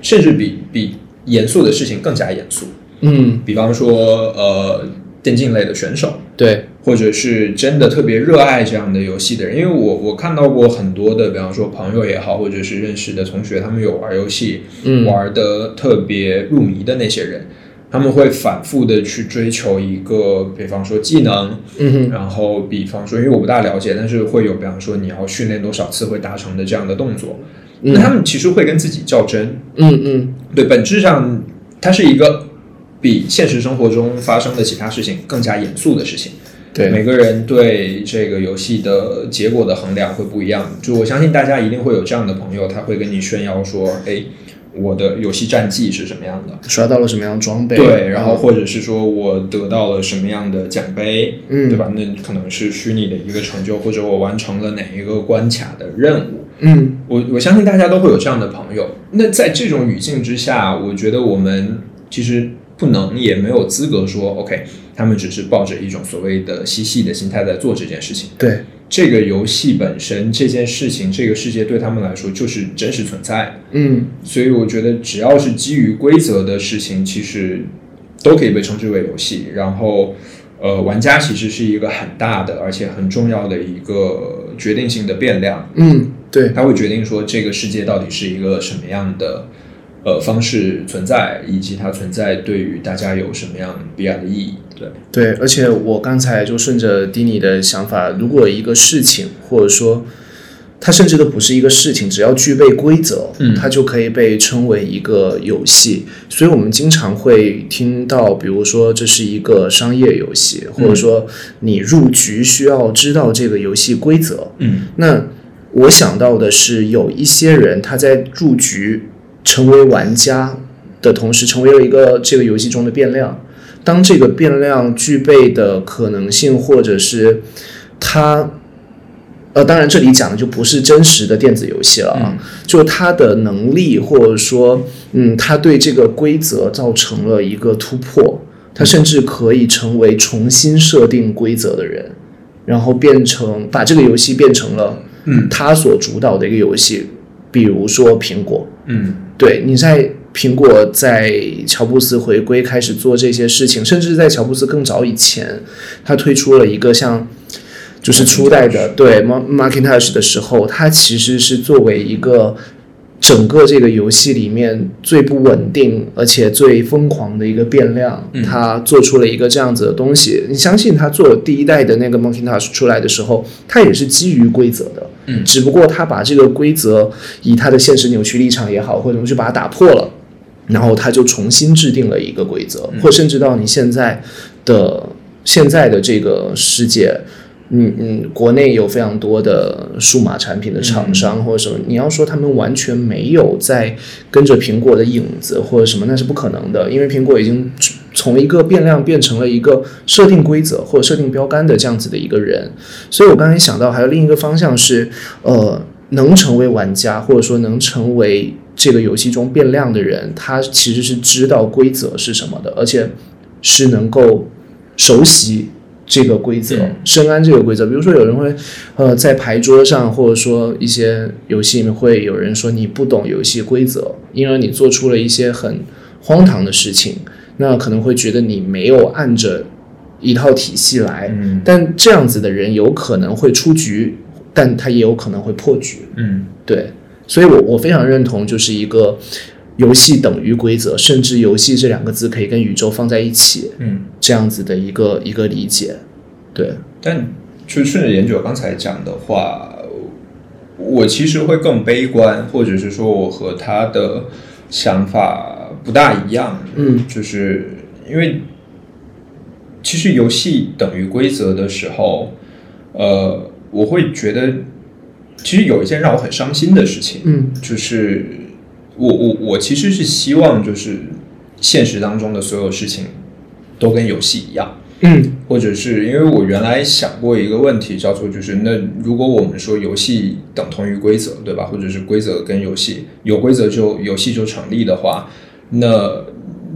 S2: 甚至比比严肃的事情更加严肃。
S1: 嗯，
S2: 比方说，呃，电竞类的选手，
S1: 对，
S2: 或者是真的特别热爱这样的游戏的人，因为我我看到过很多的，比方说朋友也好，或者是认识的同学，他们有玩游戏，
S1: 嗯
S2: 玩的特别入迷的那些人，他们会反复的去追求一个，比方说技能，
S1: 嗯哼，
S2: 然后比方说，因为我不大了解，但是会有比方说你要训练多少次会达成的这样的动作，那他
S1: 嗯
S2: 们其实会跟自己较真，
S1: 嗯嗯，
S2: 对，本质上它是一个比现实生活中发生的其他事情更加严肃的事情。每
S1: 对，
S2: 个人对这个游戏的结果的衡量会不一样。就我相信大家一定会有这样的朋友，他会跟你炫耀说：“哎，我的游戏战绩是什么样的？”
S1: 刷到了什么样的装备？
S2: 对，然后或者是说我得到了什么样的奖杯，
S1: 嗯
S2: 对吧？那可能是虚拟的一个成就，或者我完成了哪一个关卡的任务。
S1: 嗯
S2: 我我相信大家都会有这样的朋友。那在这种语境之下，我觉得我们其实不能也没有资格说，OK，他们只是抱着一种所谓的嬉戏的心态在做这件事情。
S1: 对，
S2: 这个游戏本身，这件事情，这个世界对他们来说就是真实存在的。
S1: 嗯
S2: 所以我觉得，只要是基于规则的事情，其实都可以被称之为游戏。然后，呃，玩家其实是一个很大的，而且很重要的一个决定性的变量，
S1: 嗯对，
S2: 它会决定说这个世界到底是一个什么样的呃方式存在，以及它存在对于大家有什么样必然的意义。对，
S1: 对，而且我刚才就顺着迪尼的想法，如果一个事情或者说它甚至都不是一个事情，只要具备规则，
S2: 嗯
S1: 它就可以被称为一个游戏。所以我们经常会听到，比如说这是一个商业游戏，或者说你入局需要知道这个游戏规则。
S2: 嗯
S1: 那我想到的是，有一些人他在入局成为玩家的同时，成为了一个这个游戏中的变量。当这个变量具备的可能性，或者是它，呃，当然这里讲的就不是真实的电子游戏了啊，就他的能力，或者说，嗯，他对这个规则造成了一个突破，他甚至可以成为重新设定规则的人，然后变成把这个游戏变成了
S2: 嗯
S1: 他所主导的一个游戏，比如说苹果，
S2: 嗯
S1: 对，你在苹果在乔布斯回归开始做这些事情，甚至在乔布斯更早以前，他推出了一个像就是初代的对 Ma- Macintosh 的时候，它其实是作为一个整个这个游戏里面最不稳定而且最疯狂的一个变量，它做出了一个这样子的东西。你相信它做第一代的那个 Macintosh 出来的时候，它也是基于规则的，
S2: 嗯
S1: 只不过它把这个规则以它的现实扭曲立场也好，或者我们去把它打破了。然后他就重新制定了一个规则，或甚至到你现在的现在的这个世界，嗯嗯，国内有非常多的数码产品的厂商或者什么，你要说他们完全没有在跟着苹果的影子或者什么，那是不可能的，因为苹果已经从一个变量变成了一个设定规则或者设定标杆的这样子的一个人。所以我刚才想到还有另一个方向是，呃，能成为玩家或者说能成为这个游戏中变量的人，他其实是知道规则是什么的，而且是能够熟悉这个规则，
S3: 嗯
S1: 深谙这个规则。比如说，有人会呃在牌桌上，或者说一些游戏里面会有人说你不懂游戏规则，因而你做出了一些很荒唐的事情，那可能会觉得你没有按着一套体系来。
S2: 嗯
S1: 但这样子的人有可能会出局，但他也有可能会破局。
S2: 嗯
S1: 对，所以我我非常认同，就是一个游戏等于规则，甚至游戏这两个字可以跟宇宙放在一起
S2: 嗯。
S1: 这样子的一个一个理解。对，
S2: 但就顺着研究刚才讲的话，我其实会更悲观，或者是说我和他的想法不大一样。
S1: 嗯
S2: 就是因为其实游戏等于规则的时候，呃，我会觉得其实有一件让我很伤心的事情，
S1: 嗯
S2: 就是我我我其实是希望就是现实当中的所有事情都跟游戏一样。
S1: 嗯
S2: 或者是因为我原来想过一个问题，叫做就是那如果我们说游戏等同于规则，对吧？或者是规则跟游戏有规则就游戏就成立的话，那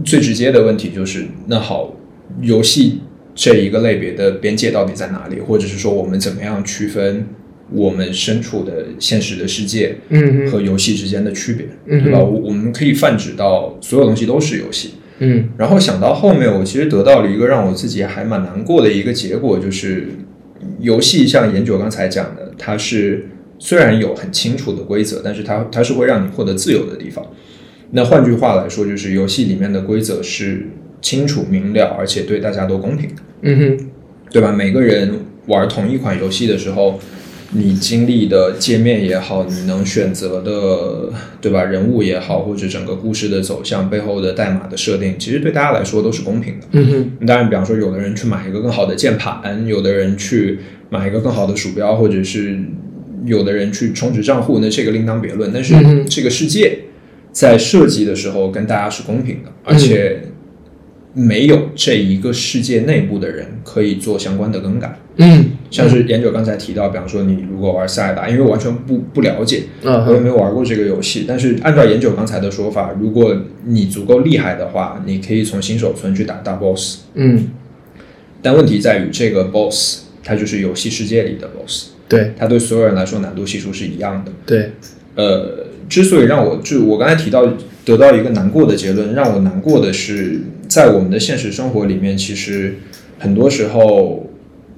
S2: 最直接的问题就是，那好，游戏这一个类别的边界到底在哪里？或者是说我们怎么样区分我们身处的现实的世界
S1: 嗯
S2: 和游戏之间的区别，
S1: 嗯
S2: 对吧？我我们可以泛指到所有东西都是游戏。
S1: 嗯
S2: 然后想到后面，我其实得到了一个让我自己还蛮难过的一个结果，就是游戏像研九刚才讲的，它是虽然有很清楚的规则，但是它它是会让你获得自由的地方。那换句话来说，就是游戏里面的规则是清楚明了，而且对大家都公平的，
S1: 嗯哼
S2: 对吧？每个人玩同一款游戏的时候，你经历的界面也好，你能选择的，对吧？人物也好，或者整个故事的走向背后的代码的设定，其实对大家来说都是公平的。
S1: 嗯哼
S2: 当然，比方说，有的人去买一个更好的键盘，有的人去买一个更好的鼠标，或者是有的人去充值账户，那这个另当别论。但是
S1: 嗯哼
S2: 这个世界在设计的时候跟大家是公平的，而
S1: 嗯
S2: 且没有这一个世界内部的人可以做相关的更改。
S1: 嗯
S2: 像是研九刚才提到，比方说你如果玩塞尔达，因为我完全不不了解，
S1: 嗯
S2: 我也
S1: 哼
S2: 没有玩过这个游戏，但是按照研九刚才的说法，如果你足够厉害的话，你可以从新手村去打大 boss。
S1: 嗯，
S2: 但问题在于，这个 boss 它就是游戏世界里的 boss，
S1: 对
S2: 它对所有人来说难度系数是一样的。
S1: 对，
S2: 呃，之所以让我就我刚才提到得到一个难过的结论，让我难过的是，在我们的现实生活里面，其实很多时候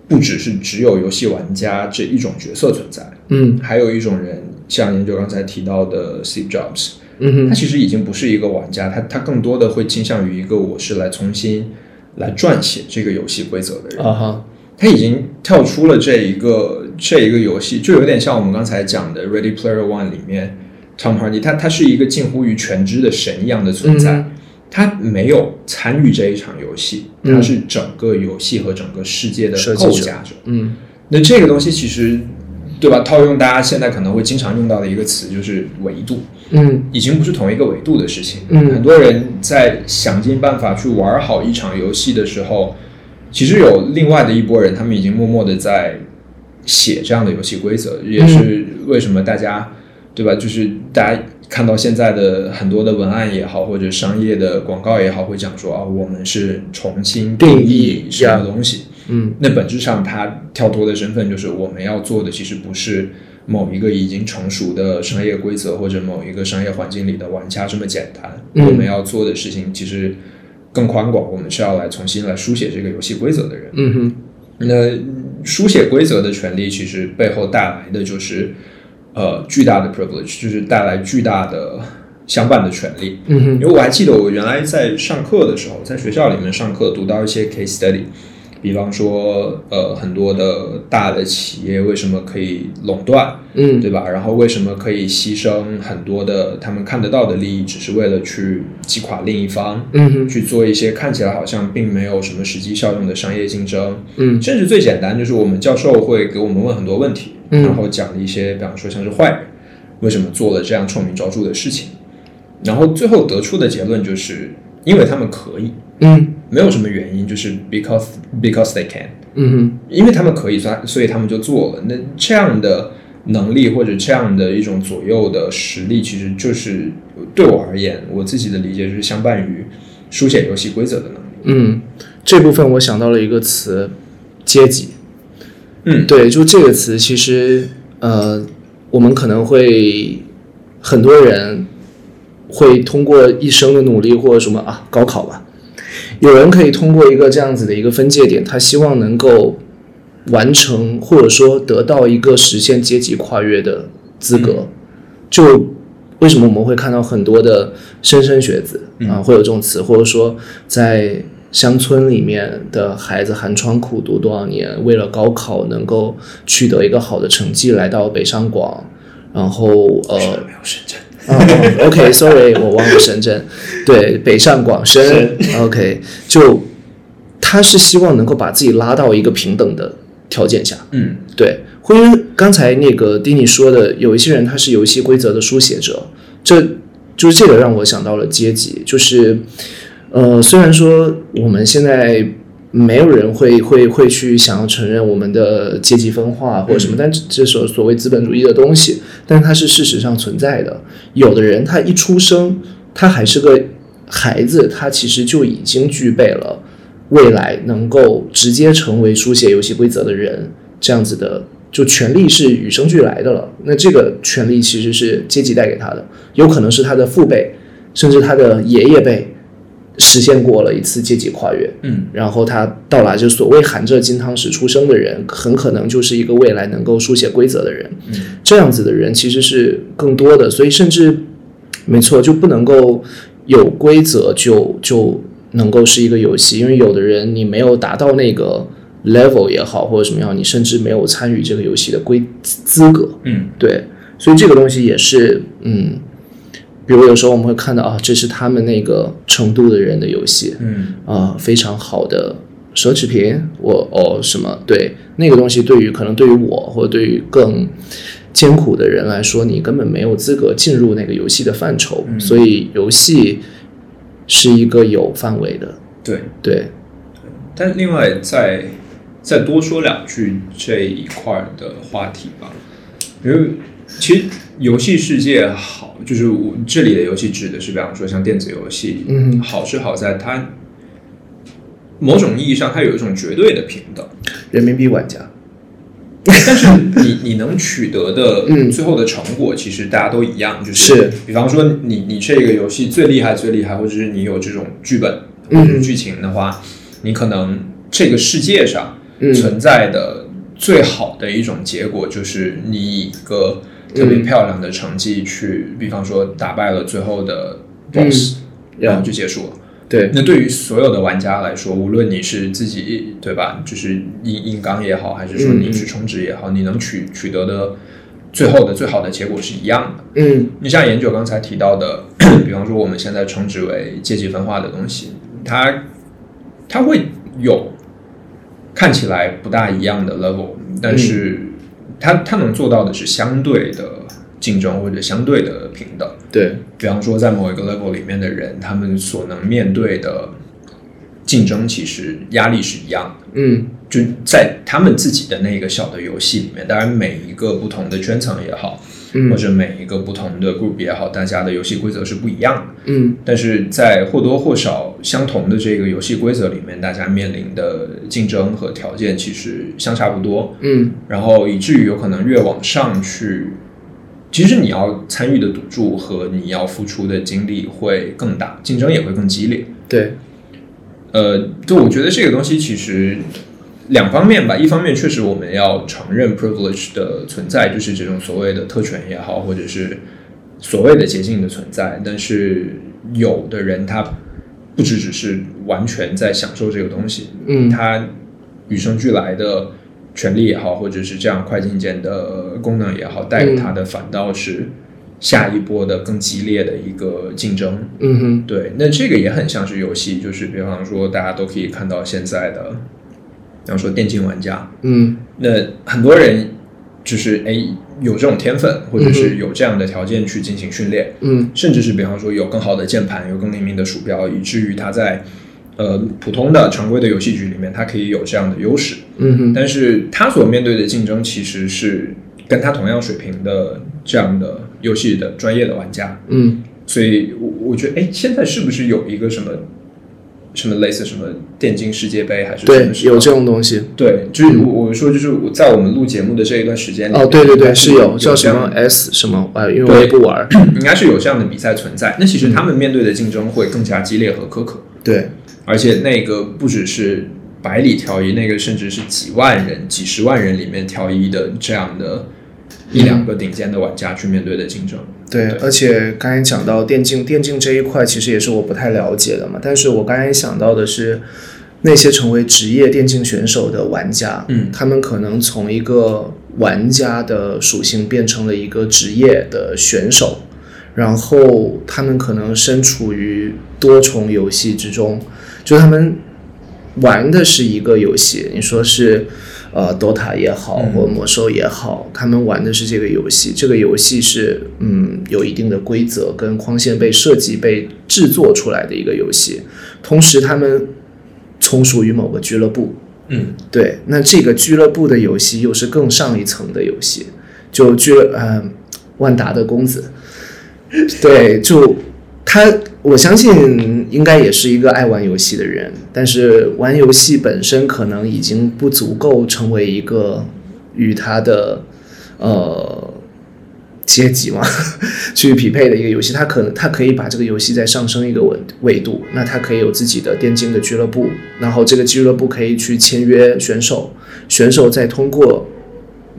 S2: 不只是只有游戏玩家这一种角色存在，
S1: 嗯
S2: 还有一种人，像研究刚才提到的 Steve Jobs，
S1: 嗯
S2: 他
S1: 哼
S2: 其实已经不是一个玩家，他他更多的会倾向于一个我是来重新来撰写这个游戏规则的人。
S1: 啊哈，
S2: 他已经跳出了这一个这一个游戏，就有点像我们刚才讲的《Ready Player One》里面 Tom Hardy，他他是一个近乎于全知的神一样的存在，
S1: 嗯
S2: 他没有参与这一场游戏，
S1: 嗯
S2: 他是整个游戏和整个世界的
S1: 设计者
S2: 构架者。
S1: 嗯
S2: 那这个东西其实，对吧？套用大家现在可能会经常用到的一个词就是维度。
S1: 嗯
S2: 已经不是同一个维度的事情。
S1: 嗯
S2: 很多人在想尽办法去玩好一场游戏的时候，其实有另外的一波人，他们已经默默的在写这样的游戏规则，也是为什么大家，对吧？就是大家看到现在的很多的文案也好，或者商业的广告也好，会讲说啊，我们是重新定义
S1: 定义
S2: 什么东西。
S1: 嗯
S2: 那本质上，它跳脱的身份就是我们要做的，其实不是某一个已经成熟的商业规则或者某一个商业环境里的玩家这么简单。
S1: 嗯
S2: 我们要做的事情其实更宽广，我们是要来重新来书写这个游戏规则的人。
S1: 嗯哼
S2: 那书写规则的权利，其实背后带来的就是呃巨大的 privilege，就是带来巨大的相伴的权利。
S1: 嗯
S2: 因
S1: 哼
S2: 为我还记得我原来在上课的时候，在学校里面上课读到一些 case study，比方说呃很多的大的企业为什么可以垄断，
S1: 嗯
S2: 对吧？然后为什么可以牺牲很多的他们看得到的利益，只是为了去击垮另一方，
S1: 嗯哼
S2: 去做一些看起来好像并没有什么实际效用的商业竞争。
S1: 嗯
S2: 甚至最简单就是我们教授会给我们问很多问题，
S1: 嗯
S2: 然后讲一些，比方说像是坏人为什么做了这样臭名昭著的事情，然后最后得出的结论就是因为他们可以，
S1: 嗯
S2: 没有什么原因，就是 because because they can，
S1: 嗯哼
S2: 因为他们可以，所以所以他们就做了。那这样的能力或者这样的一种左右的实力，其实就是对我而言，我自己的理解是相伴于书写游戏规则的能力。
S1: 嗯，这部分我想到了一个词，阶级。
S2: 嗯，
S1: 对，就这个词，其实呃，我们可能会很多人会通过一生的努力或者什么啊，高考吧，有人可以通过一个这样子的一个分界点，他希望能够完成或者说得到一个实现阶级跨越的资格。就为什么我们会看到很多的莘莘学子啊，会有这种词，或者说在乡村里面的孩子寒窗苦读多少年，为了高考能够取得一个好的成绩，来到北上广，然后呃，
S2: 没有深圳。
S1: 啊、o k s o r r y 我忘了深圳，对，北上广深，OK，就他是希望能够把自己拉到一个平等的条件下，
S2: 嗯
S1: 对，或因为刚才那个丁尼说的，有一些人他是游戏规则的书写者，这就是这个让我想到了阶级，就是呃，虽然说我们现在没有人会会会去想要承认我们的阶级分化或者什么，但这这所所谓资本主义的东西，但它是事实上存在的。有的人他一出生，他还是个孩子，他其实就已经具备了未来能够直接成为书写游戏规则的人这样子的，就权利是与生俱来的了。那这个权利其实是阶级带给他的，有可能是他的父辈，甚至他的爷爷辈实现过了一次阶级跨越。
S2: 嗯，
S1: 然后他到达就所谓含着金汤匙出生的人，很可能就是一个未来能够书写规则的人。
S2: 嗯，
S1: 这样子的人其实是更多的，所以甚至没错，就不能够有规则就就能够是一个游戏，因为有的人你没有达到那个 level 也好，或者什么样，你甚至没有参与这个游戏的规资格。
S2: 嗯
S1: 对，所以这个东西也是，嗯，比如有时候我们会看到啊，这是他们那个程度的人的游戏，
S2: 嗯
S1: 啊、非常好的奢侈品，我哦什么对那个东西，对于可能对于我或者对于更艰苦的人来说，你根本没有资格进入那个游戏的范畴，
S2: 嗯
S1: 所以游戏是一个有范围的，
S2: 对。
S1: 对，
S2: 但另外再再多说两句这一块儿的话题吧，因为其实游戏世界好，就是我这里的游戏指的是，比方说像电子游戏，
S1: 嗯
S2: 好是好在它某种意义上它有一种绝对的平
S1: (laughs)
S2: 等，
S1: 人民币玩家，
S2: 但是你你能取得的
S1: 嗯
S2: 最后的成果，其实大家都一样，就是比方说你你这个游戏最厉害最厉害，或者是你有这种剧本或
S1: 嗯
S2: 者是剧情的话，你可能这个世界上
S1: 嗯
S2: 存在的最好的一种结果，就是你以一个
S1: 嗯
S2: 特别漂亮的成绩去，比方说打败了最后的 BOSS，、然
S1: 嗯
S2: 后就结束了。
S1: 对，
S2: 那对于所有的玩家来说，无论你是自己对吧，就是硬硬刚也好，还是说
S1: 嗯
S2: 你去充值也好，你能取取得的最后的最好的结果是一样的。
S1: 嗯
S2: 你像研究刚才提到的， (clears throat) 比方说我们现在称之为阶级分化的东西，它它会有看起来不大一样的 level，但是它它能做到的是相对的竞争或者相对的平等。
S1: 对，
S2: 比方说，在某一个 level 里面的人，他们所能面对的竞争，其实压力是一样的。
S1: 嗯
S2: 就在他们自己的那个小的游戏里面，当然每一个不同的圈层也好，
S1: 嗯
S2: 或者每一个不同的 group 也好，大家的游戏规则是不一样的。
S1: 嗯
S2: 但是在或多或少相同的这个游戏规则里面，大家面临的竞争和条件其实相差不多。
S1: 嗯
S2: 然后以至于有可能越往上去，其实你要参与的赌注和你要付出的精力会更大，竞争也会更激烈。
S1: 对，
S2: 呃，就我觉得这个东西其实两方面吧，一方面确实我们要承认 privilege 的存在，就是这种所谓的特权也好，或者是所谓的捷径的存在，但是有的人他不只只是完全在享受这个东西，
S1: 嗯
S2: 它与生俱来的权利也好，或者是这样快进键的功能也好，带给他的反倒是下一波的更激烈的一个竞争。
S1: 嗯哼
S2: 对，那这个也很像是游戏，就是比方说大家都可以看到现在的，比方说电竞玩家，
S1: 嗯
S2: 那很多人就是哎有这种天分，或者是有这样的条件去进行训练，
S1: 嗯
S2: 甚至是比方说有更好的键盘，有更灵敏的鼠标，以至于它在呃普通的常规的游戏局里面，它可以有这样的优势。
S1: 嗯哼
S2: 但是它所面对的竞争其实是跟它同样水平的这样的游戏的专业的玩家，
S1: 嗯
S2: 所以我我觉得，哎，现在是不是有一个什么什么类似什么电竞世界杯还是什
S1: 对
S2: 么，时候
S1: 有这种东西。
S2: 对，就是我我说就是我在我们录节目的这一段时间里面
S1: 哦，对对
S2: 应该
S1: 对，是有叫
S2: 这
S1: 什么
S2: 样
S1: S 什么，呃，因为
S2: 对
S1: 我也不玩儿。 (laughs)
S2: 应该是有这样的比赛存在。那其实他们面对的竞争会更加激烈和苛刻，
S1: 对，
S2: 而且那个不只是百里挑一，那个甚至是几万人、几十万人里面挑一的这样的一两个顶尖的玩家去面对的竞争。
S1: 对，而且刚才讲到电竞，电竞这一块其实也是我不太了解的嘛。但是我刚才想到的是，那些成为职业电竞选手的玩家，
S2: 嗯
S1: 他们可能从一个玩家的属性变成了一个职业的选手，然后他们可能身处于多重游戏之中，就是他们玩的是一个游戏，你说是呃 DOTA 也好，或者魔兽也好，他们玩的是这个游戏。这个游戏是嗯有一定的规则跟框线被设计、被制作出来的一个游戏，同时他们从属于某个俱乐部，
S2: 嗯，
S1: 对，那这个俱乐部的游戏又是更上一层的游戏，就俱乐呃万达的公子，对，就他，我相信应该也是一个爱玩游戏的人，但是玩游戏本身可能已经不足够成为一个与他的呃阶级嘛去匹配的一个游戏，他可能他可以把这个游戏再上升一个维维度，那他可以有自己的电竞的俱乐部，然后这个俱乐部可以去签约选手，选手再通过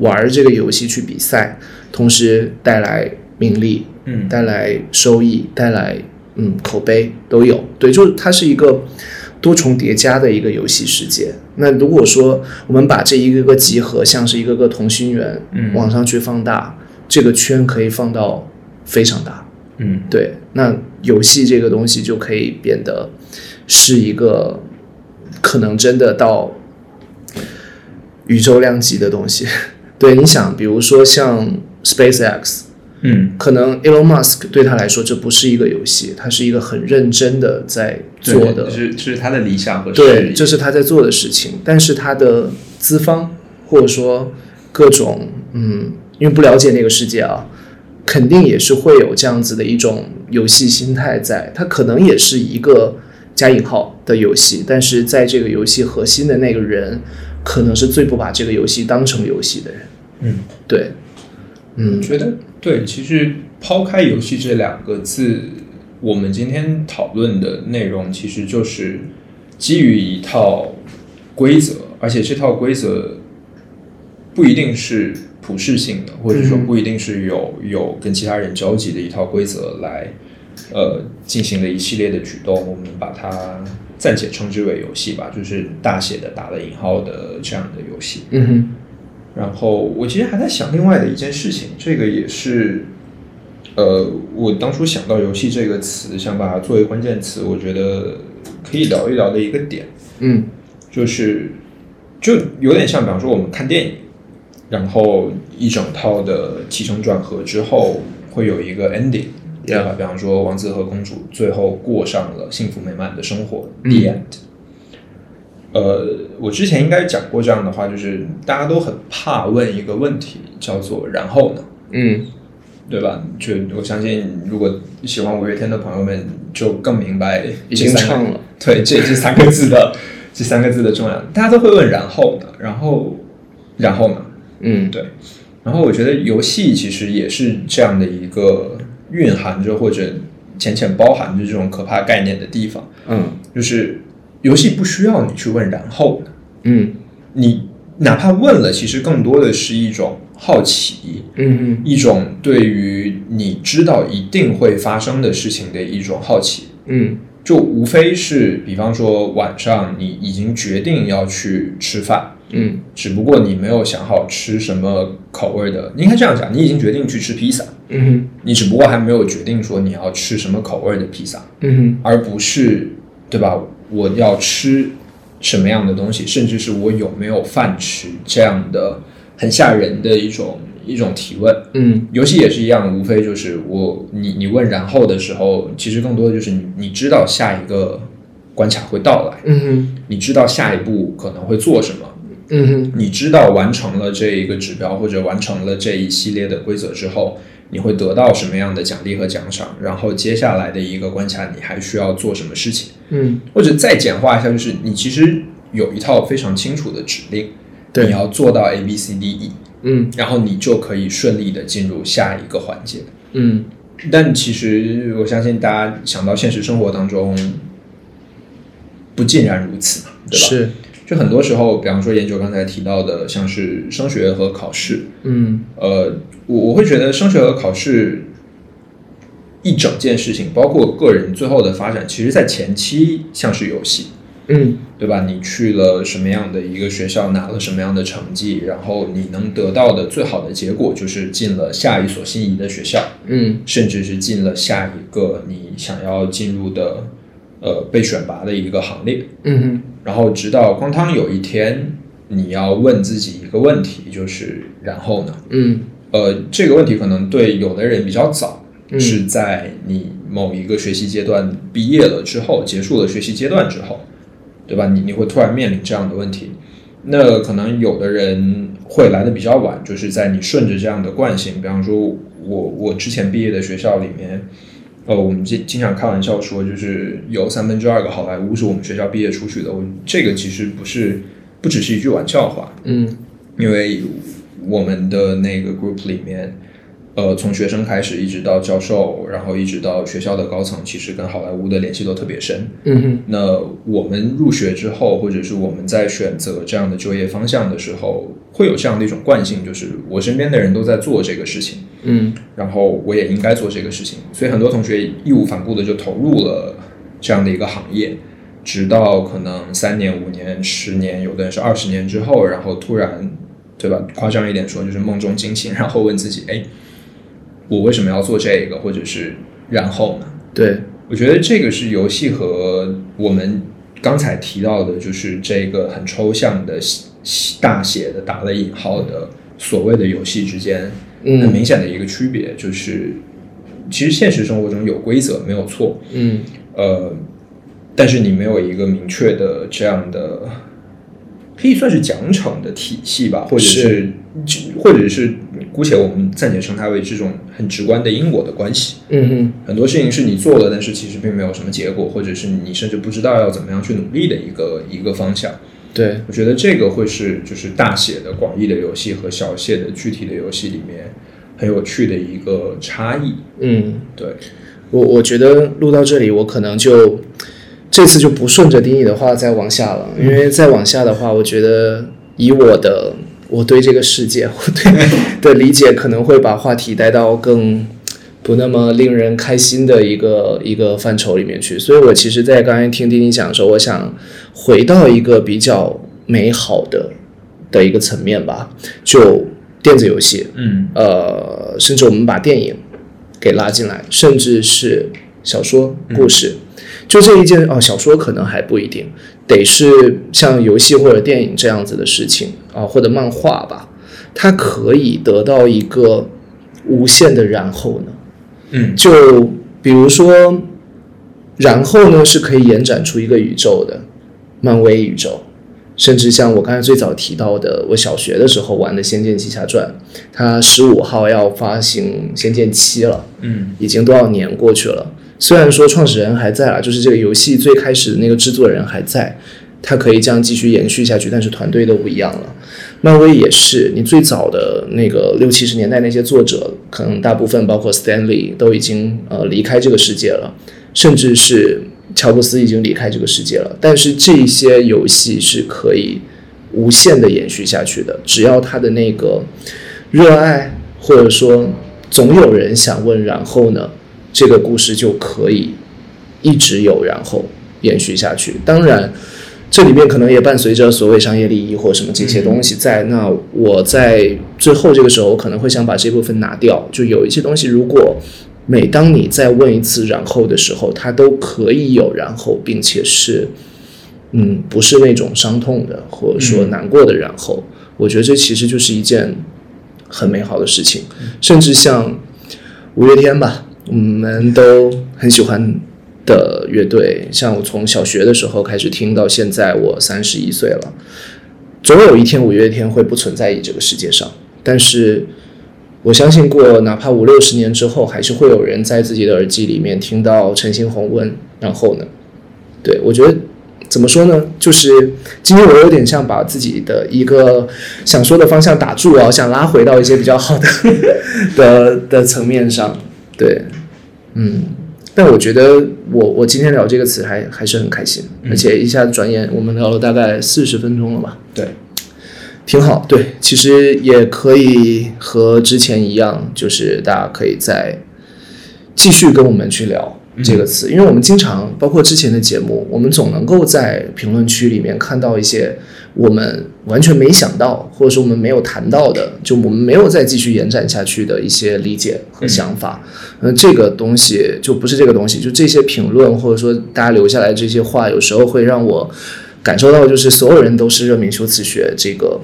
S1: 玩这个游戏去比赛，同时带来名利，
S2: 嗯
S1: 带来收益，带来嗯口碑都有。对，就是它是一个多重叠加的一个游戏世界。那如果说我们把这一个个集合，像是一个个同心圆，
S2: 嗯
S1: 往上去放大，这个圈可以放到非常大。
S2: 嗯，
S1: 对，那游戏这个东西就可以变得是一个可能真的到宇宙量级的东西。 (laughs) 对，你想，比如说像 SpaceX，
S2: 嗯，
S1: 可能 Elon Musk 对他来说这不是一个游戏，他是一个很认真的在做的
S2: 对，是是他的理想和事
S1: 对，
S2: 业
S1: 这是他在做的事情。但是他的资方或者说各种嗯，因为不了解那个世界啊，肯定也是会有这样子的一种游戏心态在。它可能也是一个加引号的游戏，但是在这个游戏核心的那个人，可能是最不把这个游戏当成游戏的人。
S2: 嗯，
S1: 对，嗯
S2: 我，觉得对，其实抛开游戏这两个字，我们今天讨论的内容其实就是基于一套规则，而且这套规则不一定是普适性的，或者说
S1: 嗯
S2: 不一定是有有跟其他人交集的一套规则来呃进行了一系列的举动，我们把它暂且称之为游戏吧，就是大写的打了引号的这样的游戏。
S1: 嗯哼，
S2: 然后我其实还在想另外的一件事情，这个也是，呃，我当初想到“游戏”这个词，想把它作为关键词，我觉得可以聊一聊的一个点，
S1: 嗯
S2: 就是就有点像，比方说我们看电影，然后一整套的起承转合之后，会有一个 ending，对吧？比方说王子和公主最后过上了幸福美满的生活、
S1: 嗯
S2: t h e end。呃，我之前应该讲过这样的话，就是大家都很怕问一个问题，叫做“然后呢
S1: 嗯，”，
S2: 对吧？就我相信，如果喜欢五月天的朋友们，就更明白
S1: 已经
S2: 这三个
S1: 唱了，
S2: 对这这三个字的这三个字的重要。大家都会问“然后呢”，然后然后呢？
S1: 嗯
S2: 对。然后我觉得游戏其实也是这样的一个蕴含着或者浅浅包含着这种可怕概念的地方，
S1: 嗯
S2: 就是游戏不需要你去问“然后呢”。
S1: 嗯
S2: 你哪怕问了，其实更多的是一种好奇，
S1: 嗯哼
S2: 一种对于你知道一定会发生的事情的一种好奇。
S1: 嗯
S2: 就无非是，比方说晚上你已经决定要去吃饭，
S1: 嗯
S2: 只不过你没有想好吃什么口味的。你应该这样讲，你已经决定去吃披萨，
S1: 嗯哼
S2: 你只不过还没有决定说你要吃什么口味的披萨。
S1: 嗯哼
S2: 而不是对吧？我要吃什么样的东西，甚至是我有没有饭吃这样的很吓人的一种一种提问。
S1: 嗯
S2: 游戏也是一样，无非就是我你你问然后的时候，其实更多的就是你你知道下一个关卡会到来，
S1: 嗯哼
S2: 你知道下一步可能会做什么，
S1: 嗯哼
S2: 你知道完成了这一个指标或者完成了这一系列的规则之后，你会得到什么样的奖励和奖赏，然后接下来的一个关卡你还需要做什么事情，
S1: 嗯
S2: 或者再简化一下，就是你其实有一套非常清楚的指令，
S1: 对
S2: 你要做到 A B C D E，
S1: 嗯
S2: 然后你就可以顺利的进入下一个环节。
S1: 嗯
S2: 但其实我相信大家想到现实生活当中，不尽然如此嘛，对吧？
S1: 是
S2: 就很多时候，比方说研究刚才提到的，像是升学和考试，
S1: 嗯
S2: 呃，我我会觉得升学和考试一整件事情，包括个人最后的发展，其实在前期像是游戏，
S1: 嗯
S2: 对吧？你去了什么样的一个学校，拿了什么样的成绩，然后你能得到的最好的结果就是进了下一所心仪的学校，
S1: 嗯
S2: 甚至是进了下一个你想要进入的呃被选拔的一个行列。
S1: 嗯哼
S2: 然后直到哐当有一天，你要问自己一个问题，就是然后呢？
S1: 嗯
S2: 呃，这个问题可能对有的人比较早，
S1: 嗯
S2: 是在你某一个学习阶段毕业了之后，结束了学习阶段之后，对吧？你你会突然面临这样的问题。那可能有的人会来的比较晚，就是在你顺着这样的惯性，比方说我我之前毕业的学校里面，呃，我们经经常开玩笑说，就是有三分之二个好莱坞是我们学校毕业出去的。我这个其实不是不只是一句玩笑话，
S1: 嗯
S2: 因为我们的那个 group 里面，呃，从学生开始一直到教授，然后一直到学校的高层，其实跟好莱坞的联系都特别深。
S1: 嗯哼
S2: 那我们入学之后，或者是我们在选择这样的就业方向的时候，会有这样的一种惯性，就是我身边的人都在做这个事情，
S1: 嗯
S2: 然后我也应该做这个事情，所以很多同学义无反顾的就投入了这样的一个行业，直到可能三年、五年、十年，有的人是二十年之后，然后突然，对吧？夸张一点说，就是梦中惊醒，然后问自己，哎，我为什么要做这个，或者是然后呢？
S1: 对
S2: 我觉得这个是游戏和我们刚才提到的，就是这个很抽象的写写大写的打了引号的所谓的游戏之间，
S1: 嗯
S2: 很明显的一个区别就是，其实现实生活中有规则没有错，
S1: 嗯
S2: 呃，但是你没有一个明确的这样的，可以算是奖惩的体系吧，或者是或者是姑且我们暂且称它为这种很直观的因果的关系。
S1: 嗯哼
S2: 很多事情是你做了，但是其实并没有什么结果，或者是你甚至不知道要怎么样去努力的一个一个方向。
S1: 对
S2: 我觉得这个会是就是大写的广义的游戏和小写的具体的游戏里面很有趣的一个差异。
S1: 嗯。
S2: 对，
S1: 我我觉得录到这里，我可能就这次就不顺着丁毅的话再往下了，因为再往下的话，我觉得以我的我对这个世界我对的理解，可能会把话题带到更不那么令人开心的一个一个范畴里面去。所以我其实，在刚才听丁丁讲的时候，我想回到一个比较美好的的一个层面吧，就电子游戏。
S2: 嗯
S1: 呃，甚至我们把电影给拉进来，甚至是小说、故事，就这一件哦，小说可能还不一定，得是像游戏或者电影这样子的事情啊、或者漫画吧，它可以得到一个无限的然后呢。
S2: 嗯
S1: 就比如说，然后呢是可以延展出一个宇宙的，漫威宇宙，甚至像我刚才最早提到的，我小学的时候玩的《仙剑奇侠传》，它十五号要发行《仙剑七》了，
S2: 嗯
S1: 已经多少年过去了。虽然说创始人还在啊，就是这个游戏最开始的那个制作人还在，他可以这样继续延续下去，但是团队都不一样了。漫威也是，你最早的那个六七十年代那些作者，可能大部分包括 Stanley 都已经呃离开这个世界了，甚至是乔布斯已经离开这个世界了。但是这些游戏是可以无限的延续下去的，只要他的那个热爱，或者说总有人想问，然后呢，这个故事就可以一直有然后延续下去。当然，这里面可能也伴随着所谓商业利益或什么这些东西在。那我在最后这个时候，我可能会想把这部分拿掉。就有一些东西，如果每当你再问一次然后的时候，它都可以有然后，并且是嗯，不是那种伤痛的或者说难过的然后。我觉得这其实就是一件很美好的事情，甚至像五月天吧，我们都很喜欢的乐队。像我从小学的时候开始听到现在，我三十一岁了，总有一天五月天会不存在于这个世界上。但是我相信过哪怕五六十年之后，还是会有人在自己的耳机里面听到陈星红问，然后呢，对我觉得怎么说呢，就是今天我有点像把自己的一个想说的方向打住啊，想拉回到一些比较好的 (laughs) 的的层面上，对，嗯，但我觉得我我今天聊这个词还还是很开心，而且一下子转眼我们聊了大概四十分钟了吧，
S2: 对，
S1: 挺好。对，其实也可以和之前一样，就是大家可以再继续跟我们去聊这个词，因为我们经常包括之前的节目，我们总能够在评论区里面看到一些我们完全没想到，或者说我们没有谈到的，就我们没有再继续延展下去的一些理解和想法。嗯，这个东西就不是这个东西，就这些评论或者说大家留下来这些话，有时候会让我。感受到就是所有人都是热敏修辞学这个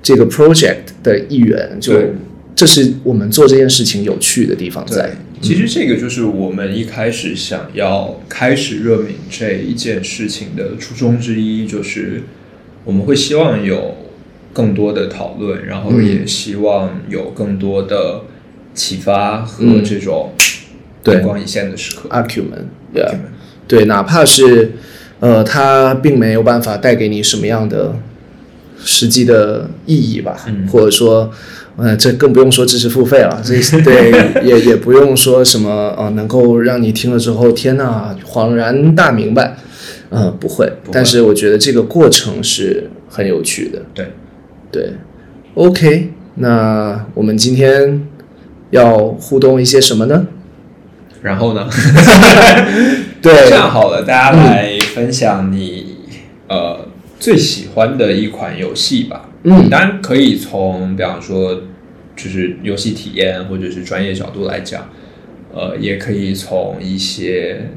S1: 这个 project 的一员，就
S2: 对
S1: 这是我们做这件事情有趣的地方
S2: 对
S1: 在。，
S2: 其实这个就是我们一开始想要开始热敏这一件事情的初衷之一，就是我们会希望有更多的讨论，然后
S1: 嗯
S2: 也希望有更多的启发和
S1: 嗯
S2: 这种
S1: 对
S2: 灵光一现的时刻。
S1: argument，对啊对，哪怕是呃，它并没有办法带给你什么样的实际的意义吧，
S2: 嗯
S1: 或者说，呃，这更不用说知识付费
S2: (laughs)
S1: 了，这对也也不用说什么呃，能够让你听了之后，天呐，恍然大明白，嗯、不会，
S2: 不会
S1: 但是我觉得这个过程是很有趣的，
S2: 对
S1: 对，OK，那我们今天要互动一些什么呢？
S2: 然后呢？
S1: 对，
S2: 这样好了，大家来分享你、呃最喜欢的一款游戏吧。
S1: 嗯
S2: 当然可以从，比方说，就是游戏体验或者是专业角度来讲，呃，也可以从一些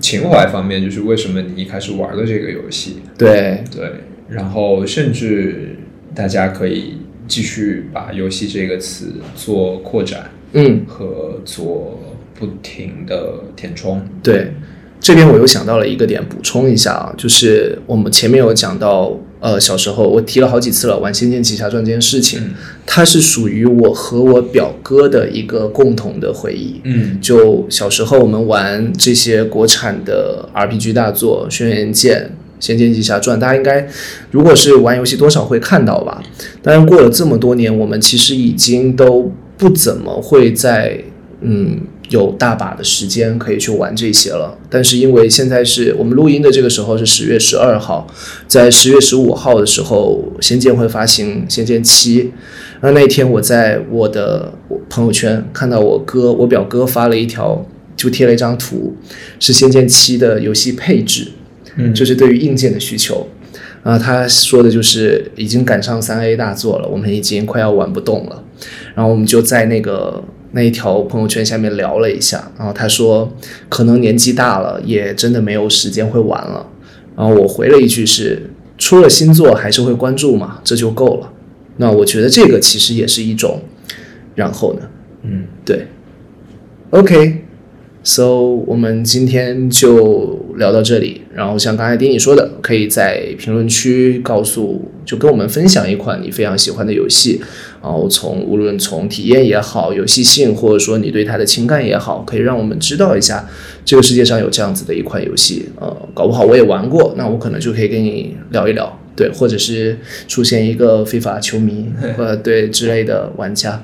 S2: 情怀方面，就是为什么你一开始玩了这个游戏，
S1: 对，
S2: 对，然后甚至大家可以继续把“游戏”这个词做扩展
S1: 嗯。
S2: 和做不停的填充，
S1: 对，这边我又想到了一个点，补充一下啊，就是我们前面有讲到，呃，小时候我提了好几次了，玩《仙剑奇侠传》这件事情，
S2: 嗯
S1: 它是属于我和我表哥的一个共同的回忆。
S2: 嗯
S1: 就小时候我们玩这些国产的 RPG 大作，《轩辕剑》。《仙剑奇侠传》，大家应该如果是玩游戏，多少会看到吧。当然，过了这么多年，我们其实已经都不怎么会在嗯有大把的时间可以去玩这些了。但是因为现在是我们录音的这个时候是十月十二号，在十月十五号的时候，《仙剑》会发行《仙剑七》。那那天我在我的朋友圈看到我哥，我表哥发了一条，就贴了一张图，是《仙剑七》的游戏配置。
S2: 嗯
S1: 就是对于硬件的需求。啊、他说的就是已经赶上三 A 大作了，我们已经快要玩不动了。然后我们就在那个那一条朋友圈下面聊了一下，然后他说可能年纪大了，也真的没有时间会玩了。然后我回了一句是出了新作还是会关注嘛，这就够了。那我觉得这个其实也是一种，然后呢，
S2: 嗯。
S1: 对，OK，so、我们今天就聊到这里。然后像刚才丁你说的，可以在评论区告诉，就跟我们分享一款你非常喜欢的游戏。然后从无论从体验也好，游戏性，或者说你对它的情感也好，可以让我们知道一下这个世界上有这样子的一款游戏。呃，搞不好我也玩过，那我可能就可以跟你聊一聊。对，或者是出现一个非法球迷，呃，对之类的玩家。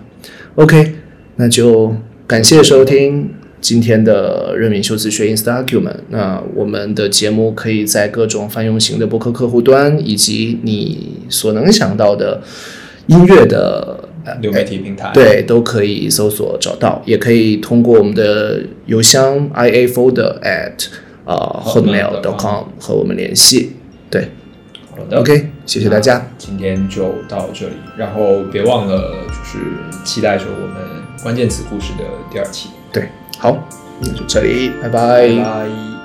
S1: OK，那就感谢收听今天的热敏修辞学 Instagram。那我们的节目可以在各种泛用型的播客客户端，以及你所能想到的音乐的呃
S2: 流媒体平台。，
S1: 对，都可以搜索找到，也可以通过我们的邮箱 ia folder at 呃
S2: hotmail.com
S1: hotmail.com 和我们联系。对
S2: 好的
S1: ，OK，谢谢大家。
S2: 今天就到这里，然后别忘了就是期待着我们关键词故事的第二期。
S1: 对，好，那就这里，拜
S2: 拜拜。